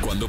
Cuando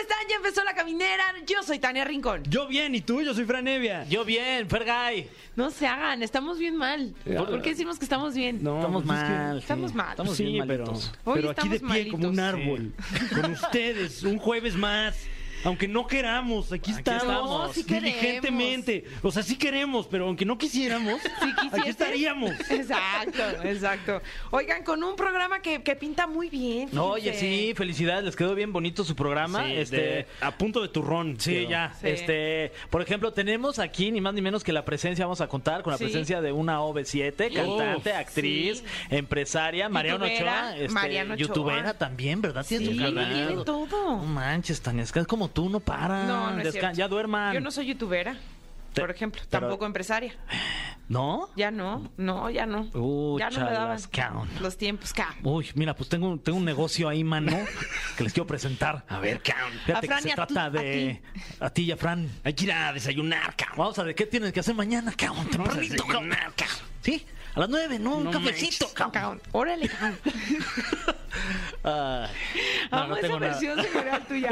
están? Ya empezó la caminera. Yo soy Tania Rincón. Yo bien, y tú, yo soy Franevia. Yo bien, Fergay. No se hagan, estamos bien mal. ¿Por qué decimos que estamos bien? pues Estamos mal. Estamos mal. Estamos sí, bien pero, malitos. Hoy pero aquí de pie estamos como un árbol. malitos, Con ustedes, un jueves más. Aunque no queramos, aquí, estamos. estamos. Sí queremos. diligentemente. O sea, sí queremos, pero aunque no quisiéramos, Si quisieses- aquí estaríamos. Exacto, exacto. Oigan, con un programa que, que pinta muy bien. fíjense. Oye, sí, felicidades, les quedó bien bonito su programa. Sí, este, de- a punto de turrón. Sí, quedó. ya. Sí. Este, por ejemplo, tenemos aquí ni más ni menos que la presencia, vamos a contar con la Sí. presencia de una OV7, cantante, Uf. actriz, Sí. empresaria, Mariana Youtubera, Ochoa, este, Mariana Ochoa. youtubera también, ¿verdad? Tiene Sí, su canal. tiene todo. No manches, Tania, es que como tú no paran. No, no es Descan- cierto. Ya duerman. Yo no soy youtubera, Te- por ejemplo. pero- Tampoco empresaria. ¿No? Ya no, no, ya no. Uh, ya no me daban chalascao. los tiempos. ca. Uy, mira, pues tengo, tengo un negocio ahí, mano, que les quiero presentar. A ver, cabrón. Fíjate A Fran y que se a trata tú- a de. A ti y a Fran. Hay que ir a desayunar, cabrón. Vamos a ver qué tienes que hacer mañana, cabrón. Vamos a Tempranito, cabrón. desayunar, cabrón. Sí, a las nueve, ¿no? Un No cafecito, manches. cabrón. Caón. Órale, caón. Ay, Amo esa versión señorial tuya.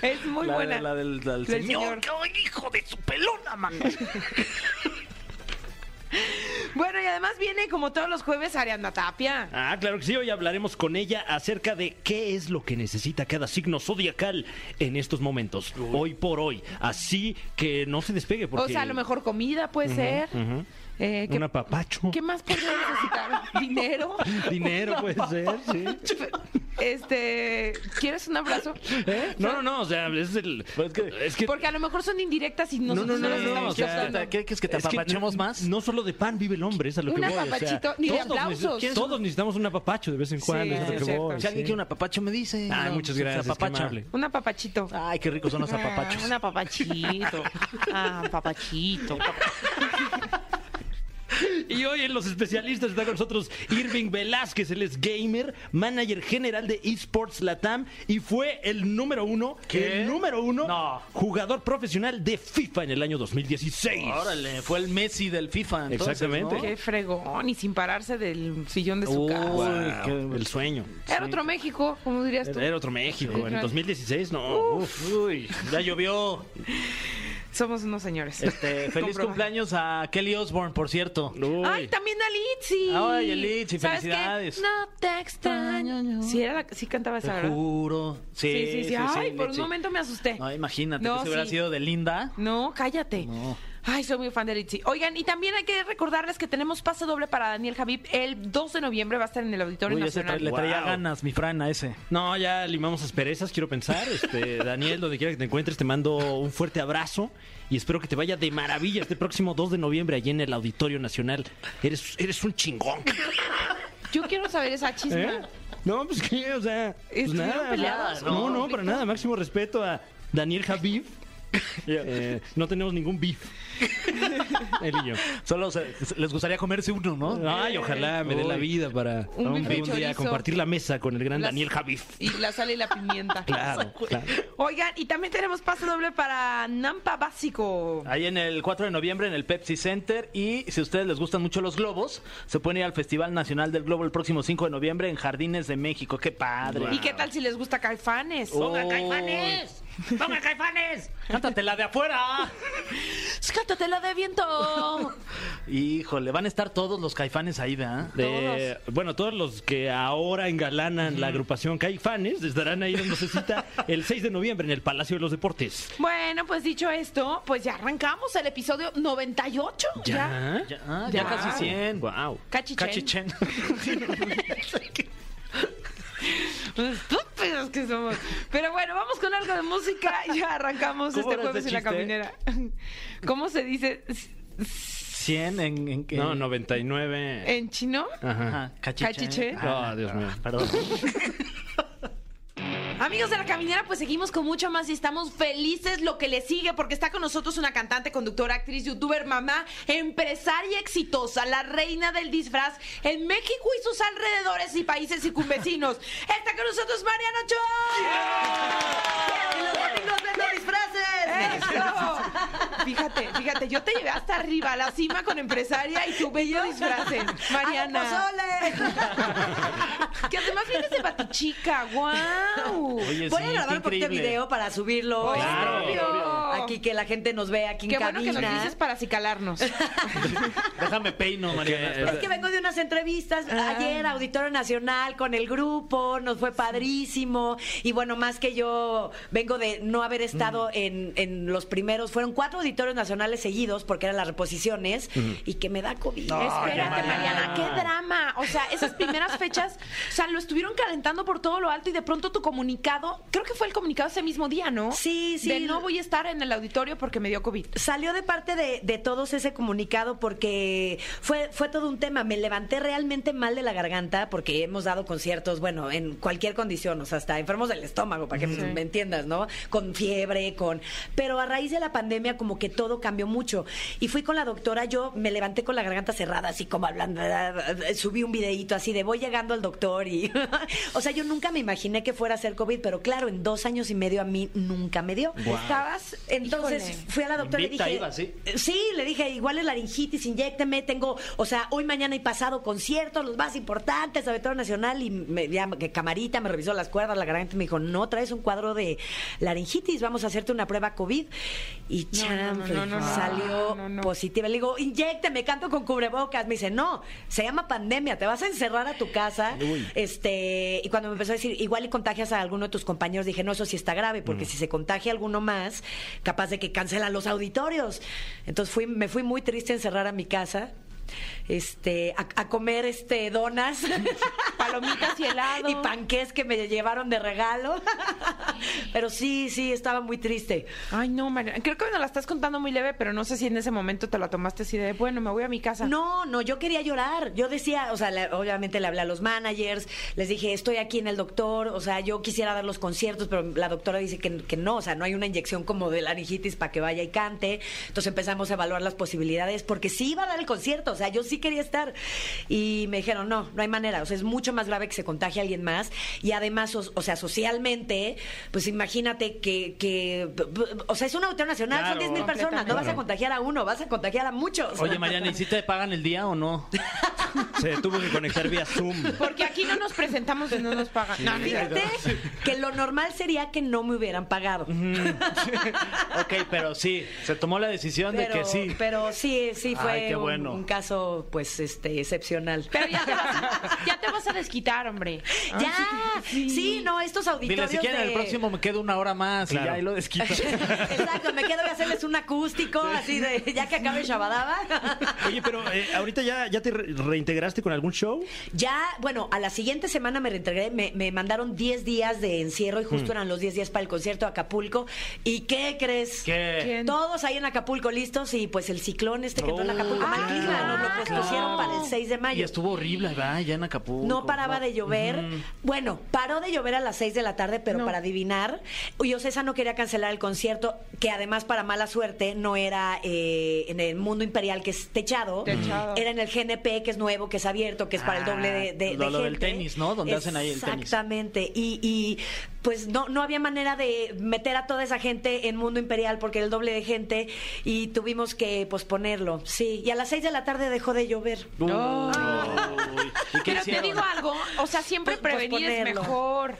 Es muy La de- buena. la del, la del Del señor. señor. cabrón, hijo de su pelona, mano. Bueno, y además viene como todos los jueves Ariadna Tapia. Ah, claro que sí, hoy hablaremos con ella acerca de qué es lo que necesita cada signo zodiacal en estos momentos, hoy por hoy. Así que no se despegue porque... O sea, a lo mejor comida puede ser. Eh, ¿qué, Un apapacho. qué más podría necesitar? ¿Dinero? Dinero Una puede papa. ser, sí. Este, ¿quieres un abrazo? ¿Eh? No, no, no, o sea, Pues es el... Pero es que- es que- Porque a lo mejor son indirectas y no, nosotros Pues no, no, las no, estamos o sea, captando. ¿qué- qué- qué es que te es que apapachemos no- más? No solo de pan vive el hombre, es a lo Un que voy. o sea, apapachito, ni de todos neces- aplausos. Todos necesitamos un apapacho de vez en cuando, es sí, a lo que es cierto. voy. Si alguien sí. quiere un apapacho, me dice. Ay, muchas gracias, qué Apapacho. amable. Un apapachito. Ay, qué ricos son los apapachos. Ah, un apapachito. Ah, apapachito. Y hoy en los especialistas está con nosotros Irving Velázquez, él es gamer, manager general de Esports Latam y fue el número uno, ¿Qué? el número uno No. jugador profesional de FIFA en el año 2016. Órale, fue el Messi del FIFA. entonces, Exactamente. ¿no? Qué fregón y sin pararse del sillón de su Uy, casa. Wow, qué- el sueño. Era otro México, como dirías tú. Era otro México. En el 2016, no. uf. Uf, uy, ya llovió. Somos unos señores. Este, feliz Comprueba. cumpleaños a Kelly Osborne, por cierto. Uy. Ay, también a Litzy. Ay, a Litzy, ¿Sabes qué? felicidades. No te extraño. Sí, era la, sí cantaba Te esa, ¿verdad? juro. Sí, sí, sí, sí. Ay, por un Litsi. momento me asusté. No, imagínate No, que se hubiera sí. sido de Linda. No, cállate. No. Ay, soy muy fan de Litzy. Oigan, y también hay que recordarles que tenemos pase doble para Daniel Javib. El 2 de noviembre va a estar en el Auditorio Uy, ese tra- Nacional. le traía Wow. ganas, mi Fran, a ese. No, ya limamos asperezas, quiero pensar. Este, Daniel, donde quiera que te encuentres, te mando un fuerte abrazo y espero que te vaya de maravilla este próximo 2 de noviembre allí en el Auditorio Nacional. Eres, eres un chingón. Yo quiero saber esa chisma. ¿Eh? No, pues qué, o sea, pues Estuvieron nada, peleados, ¿no? no, no, para nada, máximo respeto a Daniel Javif. Eh, no tenemos ningún beef. Él y yo. Solo se- les gustaría comerse uno, ¿no? Ay, ojalá me dé la Uy. vida para Un algún bife día chorizo. compartir la mesa con el gran Las- Daniel Javif. Y la sal y la pimienta. Claro, claro. Oigan, y también tenemos pase doble para Nampa Básico. Ahí en el 4 de noviembre en el Pepsi Center. Y si a ustedes les gustan mucho los globos, se pueden ir al Festival Nacional del Globo el próximo 5 de noviembre en Jardines de México. ¡Qué padre! Oh. ¿Y qué tal si les gusta Caifanes? ¡Ponga caifanes! ¡Ponga caifanes! ¡Cántate la de afuera! ¡Cántate la de viento! Híjole, van a estar todos los caifanes ahí, ¿verdad? De- bueno, todos los que ahora engalanan la agrupación Caifanes estarán ahí donde se cita el 6 de noviembre en el Palacio de los Deportes. Bueno, pues dicho esto, pues ya arrancamos el episodio 98. Ya. Ya, ah, ya, Ya. casi 100. Wow. Cachichén. Cachichén. Estúpidos que somos. Pero bueno, vamos con algo de música. Ya arrancamos ¿Cómo este era jueves ese en la chiste? caminera. ¿Cómo se dice 100 en, en, en- No, 99. en chino? ah, Ajá. Ajá, cachichén. Cachichén. Ah, Ah, Dios mío. Perdón. Amigos de la caminera, pues seguimos con mucho más y estamos felices lo que le sigue porque está con nosotros una cantante, conductora, actriz, youtuber, mamá, empresaria exitosa, la reina del disfraz en México y sus alrededores y países circunvecinos. Está con nosotros Mariana Ochoa. Y los domingos vendo disfraces. Eso. Fíjate, fíjate, yo te llevé hasta arriba, a la cima con empresaria y tu bello disfraz, Mariana. Hago pozole. Que además vienes de Batichica, wow. Oye, Voy a sí, grabar qué un poquito de increíble. video para subirlo. Claro. este, Obvio. Aquí que la gente nos vea aquí en Qué bueno que cabina. nos dices para acicalarnos. Déjame peino, Mariana. Es que vengo de unas entrevistas Ah. ayer, Auditorio Nacional, con el grupo, nos fue padrísimo. Y bueno, más que yo vengo de no haber estado Mm. en, en los primeros, fueron cuatro auditorios nacionales seguidos porque eran las reposiciones y que me da COVID. Espérate, qué Mariana, mal. qué drama. O sea, esas primeras fechas, o sea, lo estuvieron calentando por todo lo alto y de pronto tu comunicado, creo que fue el comunicado ese mismo día, ¿no? Sí, sí. De no voy a estar en el auditorio porque me dio COVID. salió de parte de, de todos ese comunicado porque fue, fue todo un tema. Me levanté realmente mal de la garganta porque hemos dado conciertos, bueno, en cualquier condición, o sea, hasta enfermos del estómago, para que me entiendas, ¿no? Con fiebre, con... Pero a raíz de la pandemia como que todo cambió mucho. Y fui con la doctora, yo me levanté con la garganta cerrada, así como hablando, subí un videíto así de voy llegando al doctor y... o sea, yo nunca me imaginé que fuera a ser COVID, pero claro, en dos años y medio a mí nunca me dio. Estabas, eh, Entonces Híjole. fui a la doctora y Invicta dije, iba, ¿sí? sí, le dije, igual es laringitis, inyecteme, tengo, o sea, hoy, mañana y pasado conciertos, los más importantes, Auditorio Nacional, y me, ya, que camarita me revisó las cuerdas, la garganta, y me dijo, no, traes un cuadro de laringitis, vamos a hacerte una prueba COVID, y No, no, chanfle, no, no, no, salió no, no. positiva. Le digo, inyecteme, canto con cubrebocas, me dice, no, se llama pandemia, te vas a encerrar a tu casa, este, y cuando me empezó a decir, igual y contagias a alguno de tus compañeros, dije, no, eso sí está grave, porque si se contagia alguno más, capaz de que cancelan los auditorios. Entonces fui, me fui muy triste a encerrar a mi casa. Este, a, a comer este donas, Palomitas y helado. y panqués que me llevaron de regalo. Pero sí, sí, estaba muy triste. Ay, no, Mariana. Creo que me la estás contando muy leve, pero no sé si en ese momento te la tomaste así de, bueno, me voy a mi casa. No, no, yo quería llorar. Yo decía, o sea, le- obviamente le hablé a los managers, les dije, estoy aquí en el doctor, o sea, yo quisiera dar los conciertos, pero la doctora dice que, que no, o sea, no hay una inyección como de laringitis para que vaya y cante. Entonces empezamos a evaluar las posibilidades, porque sí iba a dar el concierto, o sea, yo sí quería estar. Y me dijeron, no, no hay manera, o sea, es mucho más grave que se contagie a alguien más. Y además, o, o sea, socialmente, pues imagínate que, que- o sea, es una auditorio nacional, son Claro, 10 mil personas, no vas a completamente. contagiar a uno, vas a contagiar a muchos. Oye, Mariana, ¿y si te pagan el día o no? Se tuvo que conectar vía Zoom. Porque aquí no nos presentamos y no nos pagan. No, no, no. Fíjate que lo normal sería que no me hubieran pagado. Ok, pero sí, se tomó la decisión de que sí. pero sí, sí fue Ay, qué un- bueno. un, caso pues este excepcional. Pero ya te, vas a, ya te vas a desquitar, hombre. ya, sí. no, estos Dile, auditorios si quieren, de- el próximo me quedo una hora más y Claro. ya ahí lo desquito. Exacto, me quedo de hacerles un acústico así de ya que acabe Shabadaba. Oye, pero eh, ahorita ya, ya te re- reintegraste con algún show. Ya, bueno, a la siguiente semana me reintegré, me, me mandaron 10 días de encierro y justo Mm. eran los 10 días para el concierto de Acapulco. ¿Y qué crees? ¿Qué? ¿Quién? Todos ahí en Acapulco listos y pues el ciclón este que entró en Acapulco, Oh, mal claro, clima, nos lo pospusieron claro. para el 6 de mayo. Y estuvo horrible, ¿verdad? Ya en Acapulco. Ah, No paraba de llover. Bueno, paró de llover a las 6 de la tarde, pero No. para adivinar, yo César no quería cancelar el concierto, que además para mala suerte no era eh, en el mundo imperial que es techado, Techado. era en el GNP que es nuevo, que es abierto, que es para el Ah, doble de, de- lo- de lo del gente. tenis, ¿no? Donde hacen ahí el tenis. Exactamente. Y, y, pues no, no había manera de meter a toda esa gente en mundo imperial porque era el doble de gente y tuvimos que posponerlo. Sí, y a las 6 de la tarde dejó de llover. Uy. ¿Y qué Pero hicieron? te digo algo, o sea, siempre Pues, prevenir es posponerlo. mejor.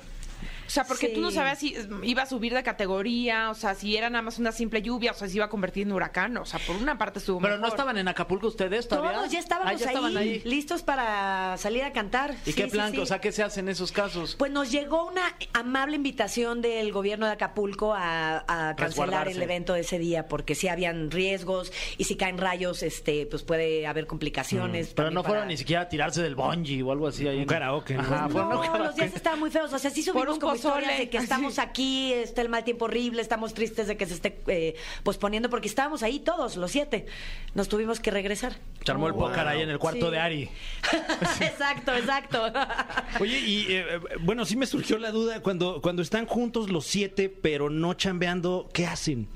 O sea, porque tú no Sí. sabías si eh, iba a subir de categoría, o sea, si era nada más una simple lluvia, o sea, si iba a convertir en huracán, o sea, por una parte estuvo Pero no mejor. estaban en Acapulco ustedes todavía. Todos ya Ah, estábamos ya ahí, estaban ahí. listos para salir a cantar. ¿Y Sí, qué sí, plan? sí. O sea, ¿qué se hace en esos casos? Pues nos llegó una amable invitación del gobierno de Acapulco a, a cancelar Resguardarse. el evento de ese día porque sí habían riesgos y si caen rayos, este, pues puede haber complicaciones. Mm, Pero también no fueron Pues, para- ni siquiera a tirarse del bungee o algo así. Ahí Un en- karaoke, ¿no? Ajá, fueron a un No, los días karaoke. estaban muy feos. O sea, sí Por subimos un como pozole. historias de que Así. estamos aquí, está el mal tiempo horrible, estamos tristes de que se esté eh, posponiendo, porque estábamos ahí todos, los siete. Nos tuvimos que regresar. Se armó el pócar ahí en el cuarto Sí. de Ari. exacto, exacto. Oye, y eh, eh, bueno, sí me surgió la duda, cuando, cuando están juntos los siete, pero no chambeando, ¿qué hacen?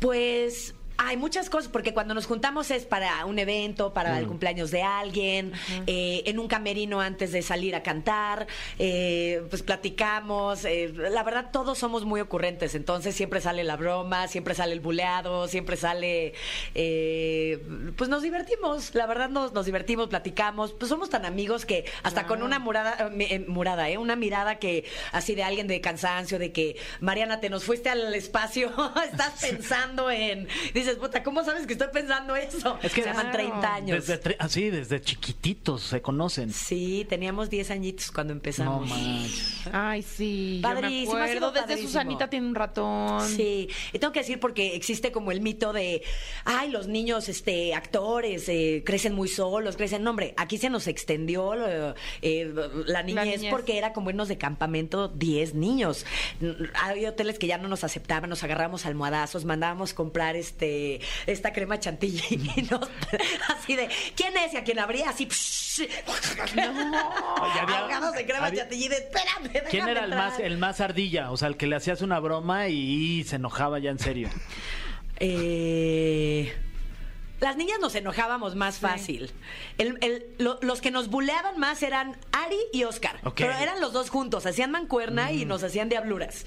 Pues hay muchas cosas, porque cuando nos juntamos es para un evento, para el cumpleaños de alguien, eh, en un camerino antes de salir a cantar, eh, pues platicamos. eh, la verdad, todos somos muy ocurrentes, entonces siempre sale la broma, siempre sale el buleado, siempre sale. eh, pues nos divertimos, la verdad, nos, nos divertimos, platicamos. Pues somos tan amigos que hasta con una murada, eh, mi- eh, murada, ¿eh? Una mirada que así de alguien de cansancio, de que Mariana, te nos fuiste al espacio, estás pensando en. Dices, puta, ¿cómo sabes que estoy pensando eso? Es que se llaman claro. 30 años. Desde tre- ah, sí, desde chiquititos se conocen. Sí, teníamos 10 añitos cuando No empezamos. manches. Ay, sí. Padrísimo, yo ha me sido acuerdo. Desde padrísimo. Susanita tiene un ratón. Sí, y tengo que decir porque existe como el mito de, ay, los niños, este, actores, eh, crecen muy solos, crecen. No, hombre, aquí se nos extendió lo- eh, la, niñez niñez. porque era como irnos de campamento 10 niños. N- Hay hoteles que ya no nos aceptaban, nos agarramos almohadazos, mandábamos comprar este, esta crema chantilly y nos- así de, ¿quién es? Y a quien abría así, Oye, había- ahogados de crema había- chantilly, de, espérame, ¿Quién déjame era el entrar". más, el más ardilla? O sea, el que le hacías una broma y, y se enojaba ya en serio. Eh, las niñas nos enojábamos más fácil. El- el- lo- los que nos buleaban más eran Ari y Oscar. Ok. Mm. Pero eran los dos juntos, hacían mancuerna y nos hacían diabluras.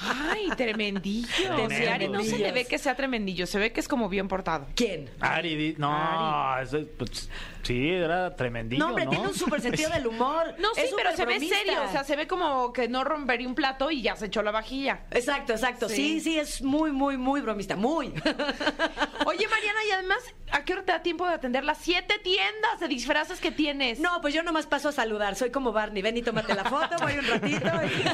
Ay, tremendillo. Tremendo. Sí, Ari no se le ve que sea tremendillo, se ve que es como bien portado. ¿Quién? Ari, di- no, eso es, pues, sí, era tremendillo, No, ¿no? hombre, tiene un súper sentido del humor. No, sí, Es pero se ve superbromista. serio. O sea, se ve como que no rompería un plato y ya se echó la vajilla. Exacto, exacto. Sí. sí, Sí. es muy, muy, muy bromista. Muy. Oye, Mariana, y además, ¿a qué hora te da tiempo de atender las siete tiendas de disfraces que tienes? No, pues yo nomás paso a saludar. Soy como Barney. Ven y tómate la foto, voy un ratito. y-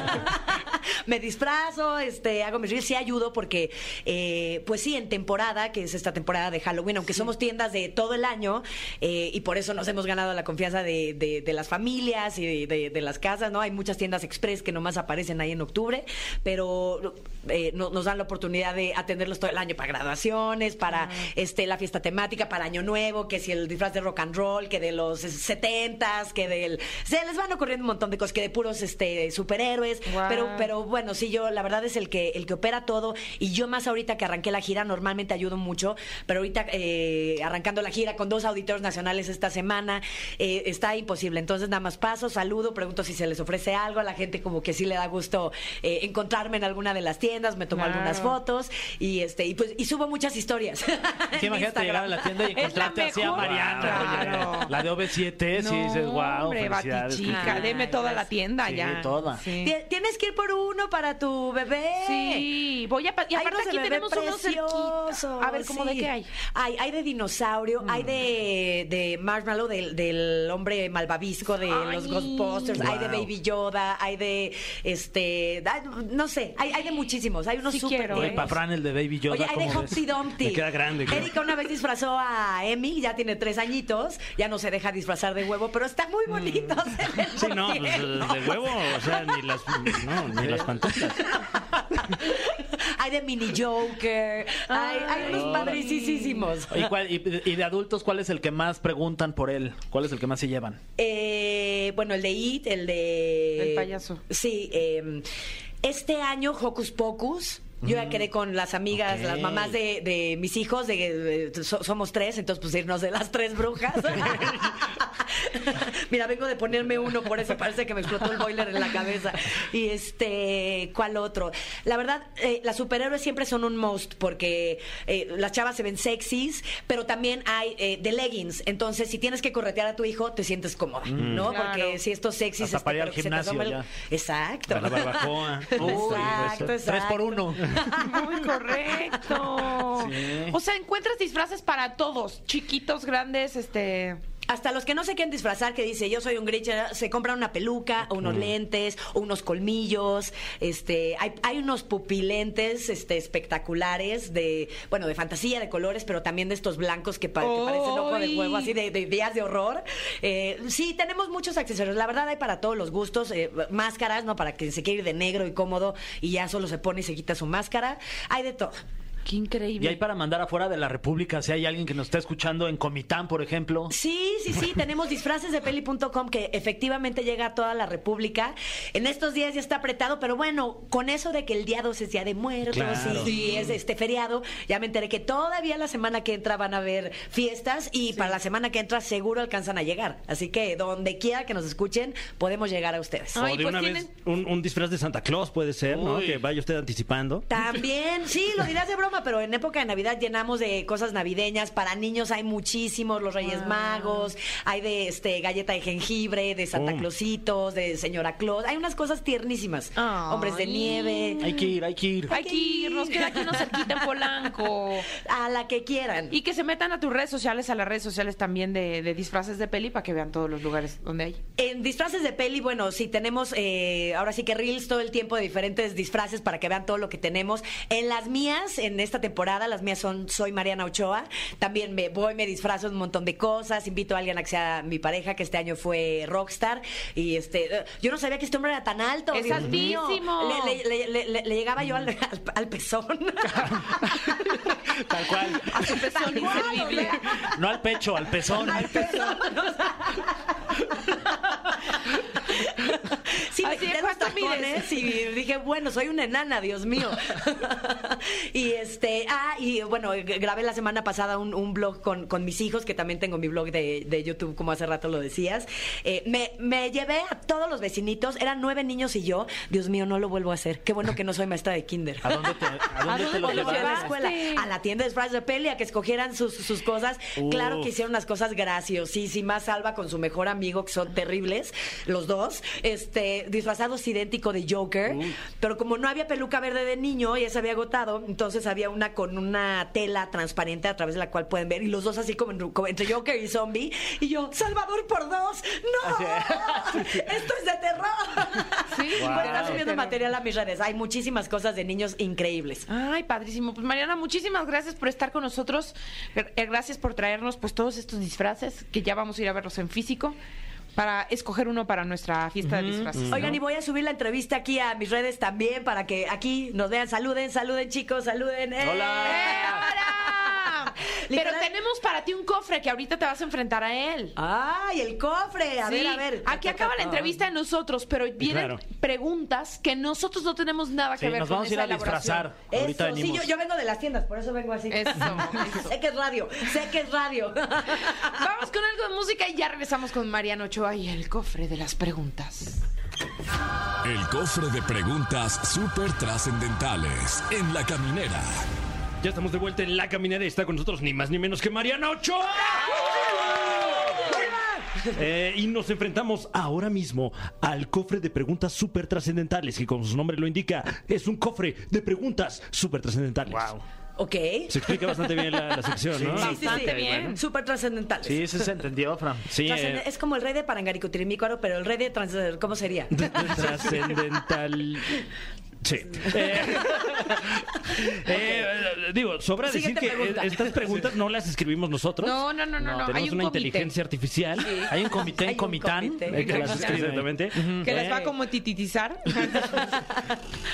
me disfrazo, este, hago mis reels. Sí ayudo porque, eh, pues sí, en temporada, que es esta temporada de Halloween, aunque somos tiendas de todo el año eh, y por eso nos hemos ganado la confianza de, de- de las familias y de, de- de las casas, ¿no? Hay muchas tiendas express que nomás aparecen ahí en octubre, pero eh, no- nos dan la oportunidad de atenderlos todo el año para graduaciones, para este la fiesta temática, para Año Nuevo, que si el disfraz de rock and roll, que de los 70s, que del se les van ocurriendo un montón de cosas, que de puros este superhéroes, Guau. pero pero bueno, sí yo la verdad es el que el que opera todo y yo más ahorita que arranqué la gira normalmente ayudo mucho, pero ahorita eh, arrancando la gira con dos auditores nacionales esta semana eh, está imposible, entonces nada más paso, saludo, pregunto si se les ofrece algo, a la gente como que sí le da gusto eh, encontrarme en alguna de las tiendas, me tomo Claro. algunas fotos y este y pues y subo muchas historias. Es que en imagínate Instagram. llegar a la tienda y Es la encontrarte así a mejor. Mariana. Claro. oye, La de OV7, sí, dices, wow, hombre, felicidades. batichica, Cristina. deme toda la tienda Sí, ya. toda. Sí. Tie- Tienes que ir por uno para tu bebé. Sí, voy a... pa- Y Hay aparte unos de aquí bebé tenemos unos cerquitos. preciosos, A ver, ¿cómo de sí. qué hay? Mm. Hay, hay de dinosaurio, hay de, de Marshmallow, del, del hombre malvavisco de Ay. los Ghostbusters, hay de Wow. Baby Yoda, hay de, este, ay, no sé, hay, hay de muchísimos, hay unos Sí súper quiero, ¿eh? Oye, tiernos. pa' Fran, el de Baby Yoda, Oye, hay de ¿cómo ves? Humpty Dumpty. Me queda grande, creo. Erika una vez disfrazó a Emi, ya tiene tres añitos, ya no se deja disfrazar de huevo, pero está muy bonito. se ve Mm. Sí, muy no, pues, tierno. de huevo, o sea, ni las, no, ni las pantallas. Hay de Mini Joker, hay, hay unos padricísimos. ¿Y, cuál- y- y de adultos, ¿cuál es el que más preguntan por él? ¿Cuál es el que más se llevan? Eh, bueno, el de It, el de. El payaso. Sí. eh, este año, Hocus Pocus. Yo ya quedé con las amigas, Ok. las mamás de, de mis hijos, de, de- so- somos tres, entonces pues irnos de las tres brujas. Mira, vengo de ponerme uno, por eso parece que me explotó el boiler en la cabeza. Y este, ¿cuál otro? La verdad, eh, las superhéroes siempre son un most, porque eh, las chavas se ven sexys, pero también hay eh, de leggings. Entonces, si tienes que corretear a tu hijo, te sientes cómoda, ¿no? Claro. Porque si estos sexys... Mm. este, Hasta para ir pero al que se te gimnasio, asoma el- Exacto. A la barbacoa. pues, Uy, Exacto, eso. Tres por exacto. uno. Muy correcto. Sí. O sea, encuentras disfraces para todos, chiquitos, grandes, este... Hasta los que no se quieren disfrazar, que dice yo soy un Grinch, eh, se compran una peluca, o unos lentes, o unos colmillos. Este, hay, hay unos pupilentes este, espectaculares de, bueno, de fantasía, de colores, pero también de estos blancos que, pa- que parecen ojo de ¡Ay! huevo, así de, de días de horror. Eh, sí, tenemos muchos accesorios. La verdad, hay para todos los gustos. eh, máscaras, ¿no? Para quien se quiere ir de negro y cómodo y ya solo se pone y se quita su máscara. Hay de todo. Qué Y increíble. hay para mandar afuera de la República, si hay alguien que nos está escuchando en Comitán, por ejemplo. Sí, sí, sí, tenemos disfraces de peli.com que efectivamente llega a toda la República. En estos días ya está apretado, pero bueno, con eso de que el día 12 es día de muertos Claro. y, y es este feriado, ya me enteré que todavía la semana que entra van a haber fiestas y para la semana que entra seguro alcanzan a llegar. Así que donde quiera que nos escuchen, podemos llegar a ustedes. Ah. Ay, o de pues una vez, tienen- un, un disfraz de Santa Claus puede ser, ¿no? Uy. Que vaya usted anticipando. También, sí, lo dirás de broma, pero en época de Navidad llenamos de cosas navideñas. Para niños hay muchísimos, los Reyes Magos, hay de este galleta de jengibre, de Santa Oh. Clausitos, de Señora Claus. Hay unas cosas tiernísimas. Ay. Hombres de nieve, Hay que ir, hay que ir. Hay que irnos, queda aquí nos cerquita en Polanco. a la que quieran. Y que se metan a tus redes sociales, a las redes sociales también de, de disfraces de peli para que vean todos los lugares donde hay. En disfraces de peli, bueno, sí tenemos eh, ahora sí que reels todo el tiempo de diferentes disfraces para que vean todo lo que tenemos. En las mías, en esta temporada, las mías son Soy Mariana Ochoa. También me voy, me disfrazo de un montón de cosas. Invito a alguien a que sea mi pareja, que este año fue rockstar. Y este, eh, yo no sabía que este hombre era tan alto. Es Dios mío. altísimo. Le, le- le- le- le llegaba yo al, al, al pezón. Tal cual. A su pezón Tal cual, inservible. o sea. No al pecho, al pezón. Sí, Así me de quité los cuánto tacones y dije, bueno, soy una enana, Dios mío. y este, ah, y bueno, g- grabé la semana pasada un, un blog con, con mis hijos, que también tengo mi blog de, de YouTube, como hace rato lo decías. Eh, me, me llevé a todos los vecinitos, eran nueve niños y yo, Dios mío, no lo vuelvo a hacer. Qué bueno que no soy maestra de kinder. ¿A dónde te, a dónde te lo Cuando fui a la llevaste? escuela, a la tienda de disfraz de peli, a que escogieran sus, sus cosas. Claro que hicieron unas cosas graciosísimas. Salva con su mejor amigo, que son terribles, los dos, este, disfrazados idéntico de Joker. Pero como no había peluca verde de niño, ya se había agotado, entonces había una con una tela transparente a través de la cual pueden ver. Y los dos así como, en- como entre Joker y zombie. Y yo, Salvador por dos. ¡No! ¡Esto es de terror! Sí, Voy a estar wow. subiendo Terror. material a mis redes. Hay muchísimas cosas de niños increíbles. Ay, padrísimo. Pues Mariana, muchísimas gracias por estar con nosotros. Gr- eh, Gracias por traernos pues todos estos disfraces que ya vamos a ir a verlos en físico para escoger uno para nuestra fiesta de disfraces. Oigan, y voy a subir la entrevista aquí a mis redes también para que aquí nos vean. Saluden, saluden, chicos, saluden. ¡Eh! Hola. ¡Ahora! Pero Literal- tenemos para ti un cofre que ahorita te vas a enfrentar a él. ¡Ay, el cofre! A Sí, ver, a ver. Aquí acaba la entrevista de nosotros, pero vienen Claro. preguntas que nosotros no tenemos nada que Sí, ver nos con vamos a ir esa a elaboración. disfrazar. Eso, Ahorita sí, venimos. yo, yo vengo de las tiendas, por eso vengo así. Eso, eso. sé que es radio, sé que es radio. Vamos con algo de música y ya regresamos con Mariano Ochoa y el cofre de las preguntas. El cofre de preguntas súper trascendentales en la caminera. Ya estamos de vuelta en la caminera y está con nosotros ni más ni menos que Mariana Ochoa. Eh, y nos enfrentamos ahora mismo al cofre de preguntas súper trascendentales, que como su nombre lo indica, es un cofre de preguntas súper trascendentales. Wow. ok. Se explica bastante bien la, la sección, ¿no? Sí, sí, Bastante bien. Súper trascendentales. Sí, sí se entendió, Fran. Sí, Trascenden- eh, Es como el rey de Parangaricutirimícuaro, pero el rey de trans... ¿Cómo sería? trascendental. Sí. Eh, eh, digo, sobra Siguiente decir que pregunta. eh, estas preguntas no las escribimos nosotros. No, no, no, no, no. Tenemos Hay un una comité. inteligencia artificial Hay un comité Hay en un Comitán comité. eh, que las Exactamente. escribe exactamente. Que las va Eh, como tititizar.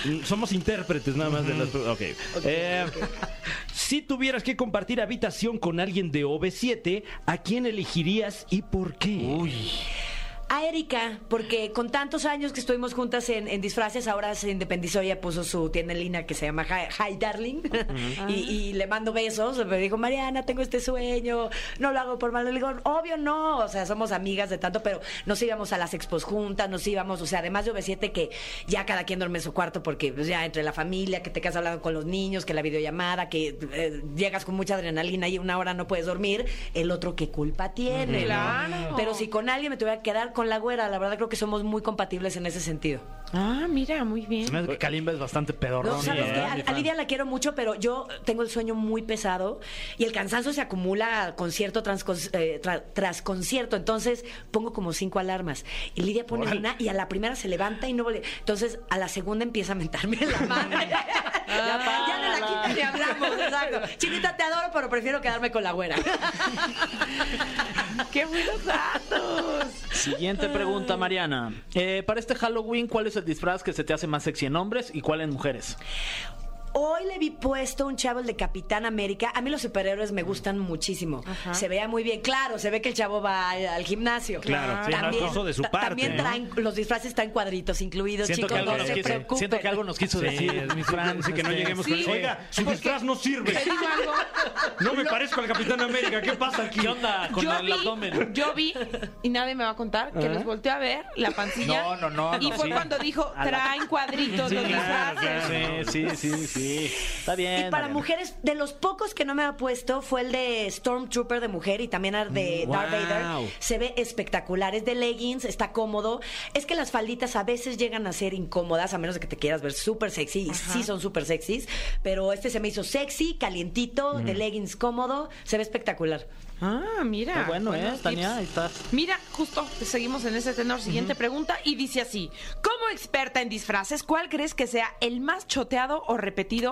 Mm, Somos intérpretes nada más de las... Ok. Eh, Si tuvieras que compartir habitación con alguien de OV7, ¿a quién elegirías y por qué? A Ah, Erika, porque con tantos años que estuvimos juntas en, en disfraces, ahora se independizó, ella puso su tienda en línea que se llama Hi, Hi Darling, y, y le mando besos, me dijo, Mariana, tengo este sueño, no lo hago por mal, le digo, obvio no, o sea, somos amigas de tanto, pero nos íbamos a las expos juntas, nos íbamos, o sea, además de OV7 que ya cada quien duerme en su cuarto porque pues, ya entre la familia, que te quedas hablando con los niños, que la videollamada, que eh, llegas con mucha adrenalina y una hora no puedes dormir, el otro qué culpa tiene. ¿no? Claro. Pero si con alguien me tuviera que quedar con la güera. La verdad creo que somos muy compatibles en ese sentido. Ah, mira, muy bien. Se me hace que Kalimba es bastante pedorrón. ¿eh? No, ¿sabes la qué? verdad, A, mi a fan. Lidia la quiero mucho, pero yo tengo el sueño muy pesado y el cansancio se acumula concierto tras, con- eh, tra- tras concierto. Entonces pongo como cinco alarmas. Y Lidia pone Órale. una y a la primera se levanta y no vuelve. Entonces a la segunda empieza a mentarme la madre. ya, ya de la quita ni hablamos, exacto. Chiquita, te adoro, pero prefiero quedarme con la güera. ¡Qué buenos datos! Siguiente pregunta, Mariana. Eh, para este Halloween, ¿cuál es el disfraz que se te hace más sexy en hombres y cuál en mujeres? Hoy le vi puesto un chavo el de Capitán América. A mí los superhéroes me gustan muchísimo. Ajá. Se veía muy bien. Claro, se ve que el chavo va al, al gimnasio. Claro, sí, no, esfuerzo de su ta- parte, También ¿no? traen, los disfraces traen cuadritos incluidos, Siento que, chicos. algo No nos se quiso, preocupen. siento que algo nos quiso decir. es mi Fran, así que no este, lleguemos Sí. con... Oiga, su disfraz no sirve. Te digo algo. No me parezco al Capitán América. ¿Qué pasa aquí? ¿Qué onda con yo el vi, abdomen? yo vi, y nadie me va a contar, que Ajá. los volteé a ver, la pancilla. No, no, no, Y no, fue sí. cuando dijo, A la- traen cuadritos Sí, los claro, disfraces. Sí, sí, sí, sí. Está bien. Y para Mariana. mujeres, de los pocos que no me ha puesto fue el de Stormtrooper de mujer y también el de Mm, Darth wow. Vader. Se ve espectacular. Es de leggings, está cómodo. Es que las falditas a veces llegan a ser incómodas, a menos de que te quieras ver súper sexy. Y sí son súper sexys. Pero este se me hizo sexy, calientito, Mm. de leggings cómodo. Se ve espectacular. Ah, mira. Está bueno, ¿eh? buenos Tania, tips. ahí estás. Mira, justo seguimos en ese tenor. Siguiente pregunta y dice así: Como experta en disfraces, ¿cuál crees que sea el más choteado o repetido